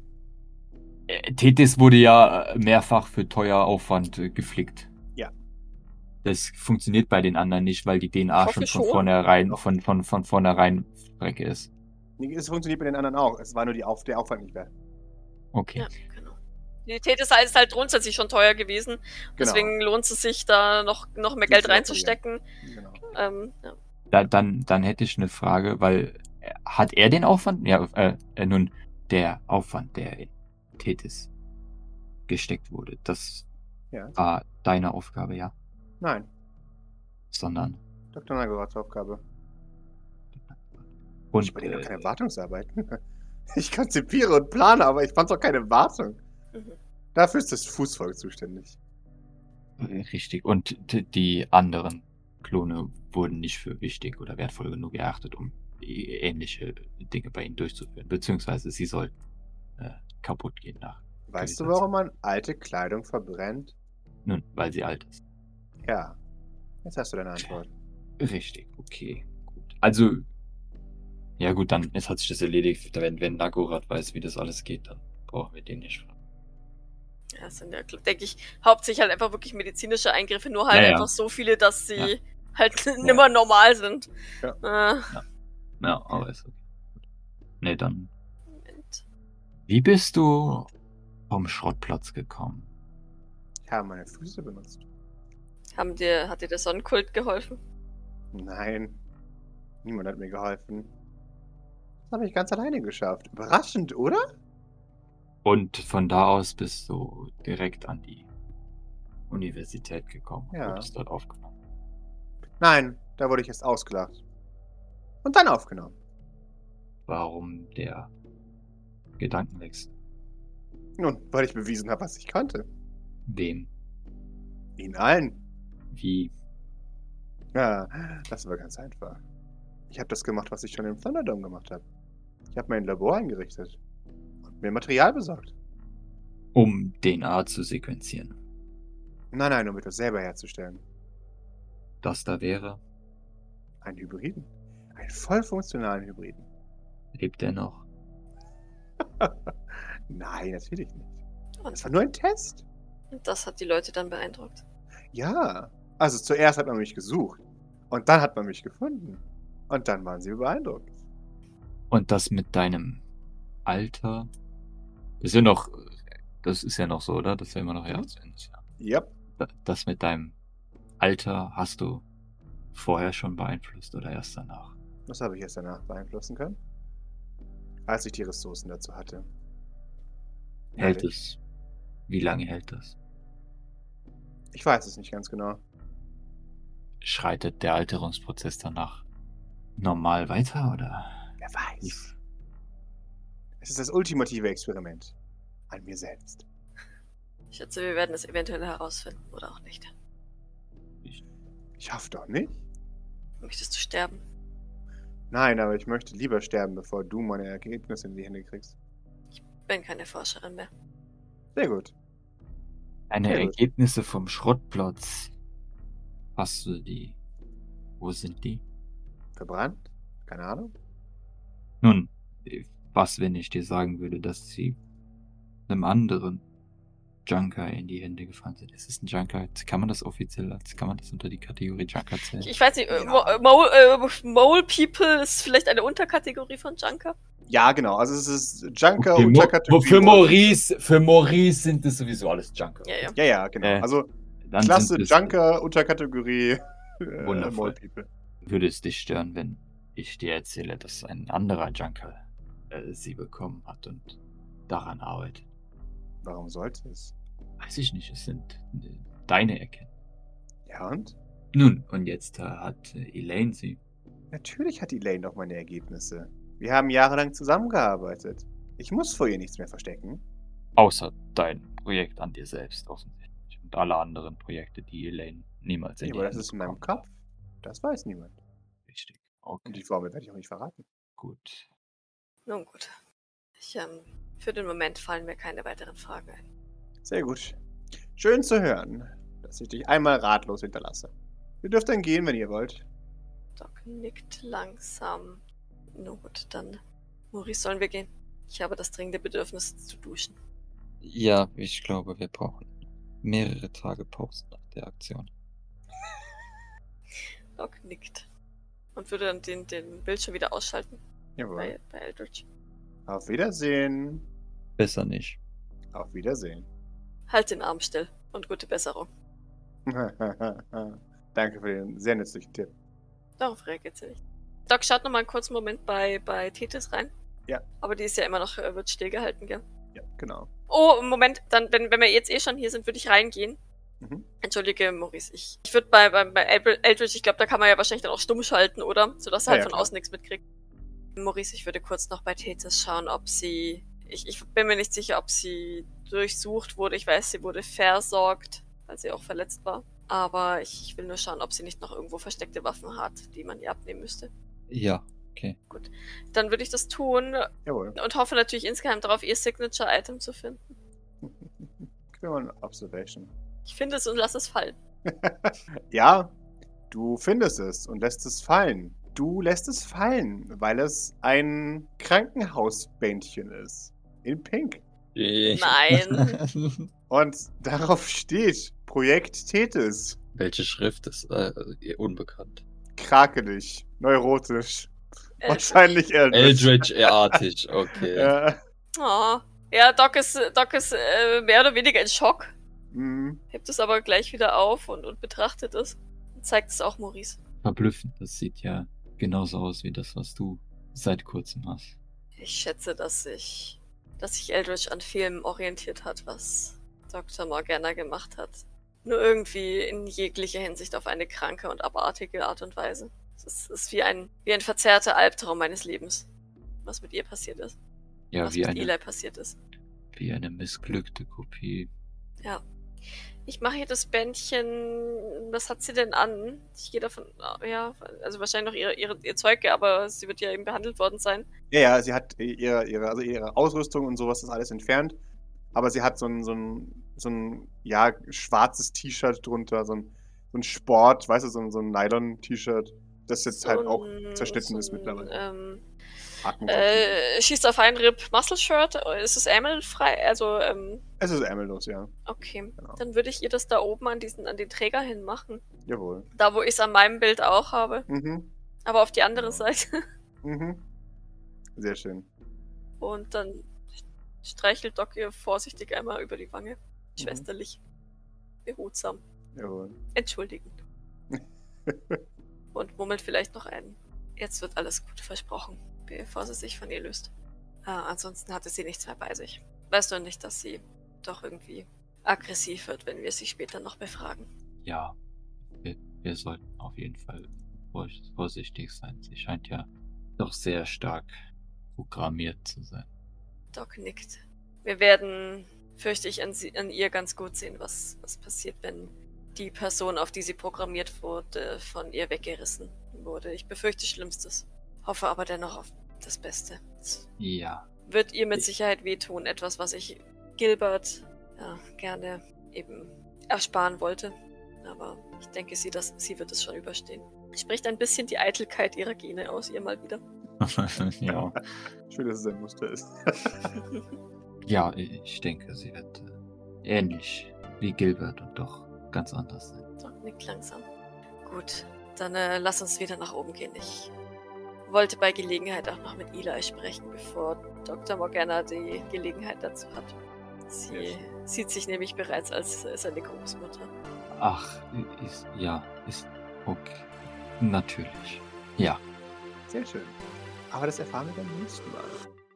Äh, Tethys wurde ja äh, mehrfach für teuer Aufwand äh, geflickt. Ja. Das funktioniert bei den anderen nicht, weil die DNA Ich schon hoffe von schon. vornherein, von, von, von vornherein Strecke ist. Nee, Es funktioniert bei den anderen auch. Es war nur die Auf der Aufwand nicht wert. Genau. Okay. ja, äh, genau. Die Tät ist halt, ist halt grundsätzlich schon teuer gewesen. Genau. Deswegen lohnt es sich, da noch, noch mehr Die Geld Flagge, ja. reinzustecken. Genau. Ähm, ja. Da, dann, dann hätte ich eine Frage, weil äh, hat er den Aufwand? Ja, äh, äh, nun, der Aufwand, der in Tethys gesteckt wurde, das Ja. war deine Aufgabe, ja. Nein, Sondern. Dr. Nagel war zur Aufgabe. Und, Ich übernehme doch äh, keine Wartungsarbeiten. Ich konzipiere und plane, aber ich fand doch keine Wartung. Mhm. Dafür ist das Fußvolk zuständig. richtig. Und t- die anderen Klone wurden nicht für wichtig oder wertvoll genug erachtet, um ä- ähnliche Dinge bei ihnen durchzuführen. Beziehungsweise sie sollten äh, kaputt gehen nach. Weißt du, Kandidat. warum man alte Kleidung verbrennt? Nun, weil sie alt ist. Ja. Jetzt hast du deine Antwort. Richtig, okay, gut. Also, ja gut, dann es hat sich das erledigt. Wenn, wenn Nagorat weiß, wie das alles geht, dann brauchen wir den nicht fragen. ja, das sind ja, denke ich, hauptsächlich halt einfach wirklich medizinische Eingriffe, nur halt Ja, ja. einfach so viele, dass sie Ja. halt nimmer normal sind. Äh, Ja, aber ist okay. Gut. Nee, dann. Moment. Wie bist du vom Schrottplatz gekommen? Ich habe meine Füße benutzt. Haben dir, hat dir der Sonnenkult geholfen? Nein. Niemand hat mir geholfen. Das habe ich ganz alleine geschafft. Überraschend, oder? Und von da aus bist du direkt an die Universität gekommen Ja. und wurdest dort aufgenommen. Nein, da wurde ich erst ausgelacht. Und dann aufgenommen. Warum der Gedankenwechsel? Nun, weil ich bewiesen habe, was ich konnte. Wem? Ihnen allen. Wie? Ja, das war ganz einfach. Ich habe das gemacht, was ich schon im Thunderdome gemacht habe. Ich habe mein Labor eingerichtet und mir Material besorgt. Um DNA zu sequenzieren. Nein, nein, um etwas selber herzustellen. Das da wäre, Einen Hybriden. Einen voll funktionalen Hybriden. lebt er noch. Nein, natürlich nicht. Und, Das war nur ein Test. und das hat die Leute dann beeindruckt. Ja. Also zuerst hat man mich gesucht. Und dann hat man mich gefunden. Und dann waren sie beeindruckt. Und das mit deinem Alter. Das ist ja noch, das ist ja noch so, oder? Das ist ja immer noch Jahresende. Ja. Da- Das mit deinem Alter hast du vorher schon beeinflusst oder erst danach? Das habe ich erst danach beeinflussen können. Als ich die Ressourcen dazu hatte. Hält es? Wie lange hält das? Ich weiß es nicht ganz genau. Schreitet der Alterungsprozess danach normal weiter oder? Wer weiß. Es ist das ultimative Experiment. An mir selbst. Ich schätze, wir werden es eventuell herausfinden oder auch nicht. Ich hoffe doch nicht. Möchtest du sterben? Nein, aber ich möchte lieber sterben, bevor du meine Ergebnisse in die Hände kriegst. Bin keine Forscherin mehr. Sehr gut. Deine Sehr gut. Ergebnisse vom Schrottplatz. Hast du die? Wo sind die? Verbrannt? Keine Ahnung. Nun, äh, was, wenn ich dir sagen würde, dass sie einem anderen Junker in die Hände gefallen sind? Ist es ein Junker? Kann man das offiziell als, kann man das unter die Kategorie Junker zählen? Ich, ich weiß nicht, äh, Mo Ja. äh, Mole, äh, Mole People ist vielleicht eine Unterkategorie von Junker. Ja, genau. Also es ist Junker Okay, und Mo Junker für, Maurice, für Maurice sind das sowieso alles Junker. Ja, ja. Ja, ja, genau. Äh, also Dann Klasse sind es- Junker, Unterkategorie äh, Wundervoll. Mole People. Würde es dich stören, wenn ich dir erzähle, dass ein anderer Junker äh, sie bekommen hat und daran arbeitet? Warum sollte es? Weiß ich nicht, es sind äh, deine Erkenntnisse. Ja und? Nun, und jetzt äh, hat äh, Elaine sie Natürlich hat Elaine doch meine Ergebnisse. Wir haben jahrelang zusammengearbeitet. Ich muss vor ihr nichts mehr verstecken. Außer dein Projekt an dir selbst offensichtlich. Und alle anderen Projekte, die Elaine niemals Ja, in die aber das Hände ist in meinem bekommen hat. Kopf. Das weiß niemand. Richtig. Und die Okay, Formel werde ich auch nicht verraten. gut. Nun gut. Ich, ähm, für den Moment fallen mir keine weiteren Fragen ein. Sehr gut. Schön zu hören, dass ich dich einmal ratlos hinterlasse. Ihr dürft dann gehen, wenn ihr wollt. Doc nickt langsam. Nun gut, dann. Maurice, sollen wir gehen? Ich habe das dringende Bedürfnis zu duschen. Ja, ich glaube, wir brauchen mehrere Tage Pause nach der Aktion. Doc nickt. Und würde dann den, den Bildschirm wieder ausschalten Jawohl. bei, bei Eldritch. Auf Wiedersehen. Besser nicht. Auf Wiedersehen. Halt den Arm still und gute Besserung. Danke für den sehr nützlichen Tipp. Darauf reagiert sie nicht. Doc schaut nochmal einen kurzen Moment bei, bei Tethys rein. Ja. Aber die ist ja immer noch, äh, wird stillgehalten, gell? Ja, genau. Oh, Moment, dann, wenn, wenn wir jetzt eh schon hier sind, würde ich reingehen. Mhm. Entschuldige, Maurice, ich, ich würde bei, bei, bei Elbr- Eldritch, ich glaube, da kann man ja wahrscheinlich dann auch stumm schalten, oder? Sodass er Ja, halt ja, von klar. außen nichts mitkriegt. Maurice, ich würde kurz noch bei Tethys schauen, ob sie. Ich, ich bin mir nicht sicher, ob sie durchsucht wurde. Ich weiß, sie wurde versorgt, weil sie auch verletzt war. Aber ich, ich will nur schauen, ob sie nicht noch irgendwo versteckte Waffen hat, die man ihr abnehmen müsste. Ja, Dann würde ich das tun Jawohl. und hoffe natürlich insgeheim darauf, ihr Signature-Item zu finden. Gib mir mal eine Observation. Ich finde es und lass es fallen. Ja, du findest es und lässt es fallen. Du lässt es fallen, weil es ein Krankenhausbändchen ist. In Pink. Äh, Nein. Und darauf steht Projekt Tethys. Welche Schrift ist äh, ihr unbekannt? Krakelig, neurotisch. Äh, Wahrscheinlich Eldritch. Eldritch-artig, okay. Ja. Oh. Ja, Doc ist, Doc ist äh, mehr oder weniger in Schock, Mhm. hebt es aber gleich wieder auf und, und betrachtet es. Und zeigt es auch Maurice. Verblüffend. Das sieht ja genauso aus wie das, was du seit kurzem hast. Ich schätze, dass sich dass sich Eldritch an vielem orientiert hat, was Dr. Morgana gemacht hat. Nur irgendwie in jeglicher Hinsicht auf eine kranke und abartige Art und Weise. Es ist, ist wie ein, wie ein verzerrter Albtraum meines Lebens, was mit ihr passiert ist, Ja, was wie mit eine, Eli passiert ist. Wie eine missglückte Kopie. Ich mache ihr das Bändchen. Was hat sie denn an? Ich gehe davon, ja, also wahrscheinlich noch ihre, ihre, ihr Zeug, aber sie wird ja eben behandelt worden sein. Ja, ja, sie hat ihre, ihre, also ihre Ausrüstung und sowas ist alles entfernt. Aber sie hat so ein, so ein, so ein ja, schwarzes T-Shirt drunter, so ein, so ein Sport, weißt du, so ein, so ein Nylon-T-Shirt, das jetzt halt auch ein- zerschnitten ist ein, mittlerweile. Ähm, atmen kann. äh, schießt auf einen Rip Muscle Shirt. Ist es ärmelfrei? Also, ähm, Es ist ärmellos, ja. okay. Genau. Dann würde ich ihr das da oben an diesen, an den Träger hin machen. Jawohl. Da, wo ich es an meinem Bild auch habe. Mhm. Aber auf die andere Seite. Mhm. Sehr schön. Und dann streichelt Doc ihr vorsichtig einmal über die Wange. Mhm. Schwesterlich. Behutsam. Jawohl. Entschuldigend. Und murmelt vielleicht noch einen. Jetzt wird alles gut versprochen, bevor sie sich von ihr löst. Ah, ansonsten hatte sie nichts mehr bei sich. Weißt du nicht, dass sie doch irgendwie aggressiv wird, wenn wir sie später noch befragen? Ja, wir, wir sollten auf jeden Fall vorsicht- vorsichtig sein. Sie scheint ja doch sehr stark programmiert zu sein. Doc nickt. Wir werden, fürchte ich, an, sie, an ihr ganz gut sehen, was, was passiert, wenn die Person, auf die sie programmiert wurde, von ihr weggerissen wurde. Ich befürchte Schlimmstes. Hoffe aber dennoch auf das Beste. Es Ja, wird ihr mit Sicherheit wehtun. Etwas, was ich Gilbert ja, gerne eben ersparen wollte. Aber ich denke, sie, das, sie wird es schon überstehen. Spricht ein bisschen die Eitelkeit ihrer Gene aus ihr mal wieder. ja. Schön, dass es ein Muster ist. ja, ich denke, sie wird äh, ähnlich wie Gilbert und doch ganz anders sein. So, nickt langsam. Gut, dann äh, lass uns wieder nach oben gehen. Ich wollte bei Gelegenheit auch noch mit Eli sprechen, bevor Dr. Morgana die Gelegenheit dazu hat. Sie Yes. sieht sich nämlich bereits als äh, seine Großmutter. Ach, ist, ja, ist okay. Natürlich. Ja, Sehr schön. Aber das erfahren wir beim nächsten Mal.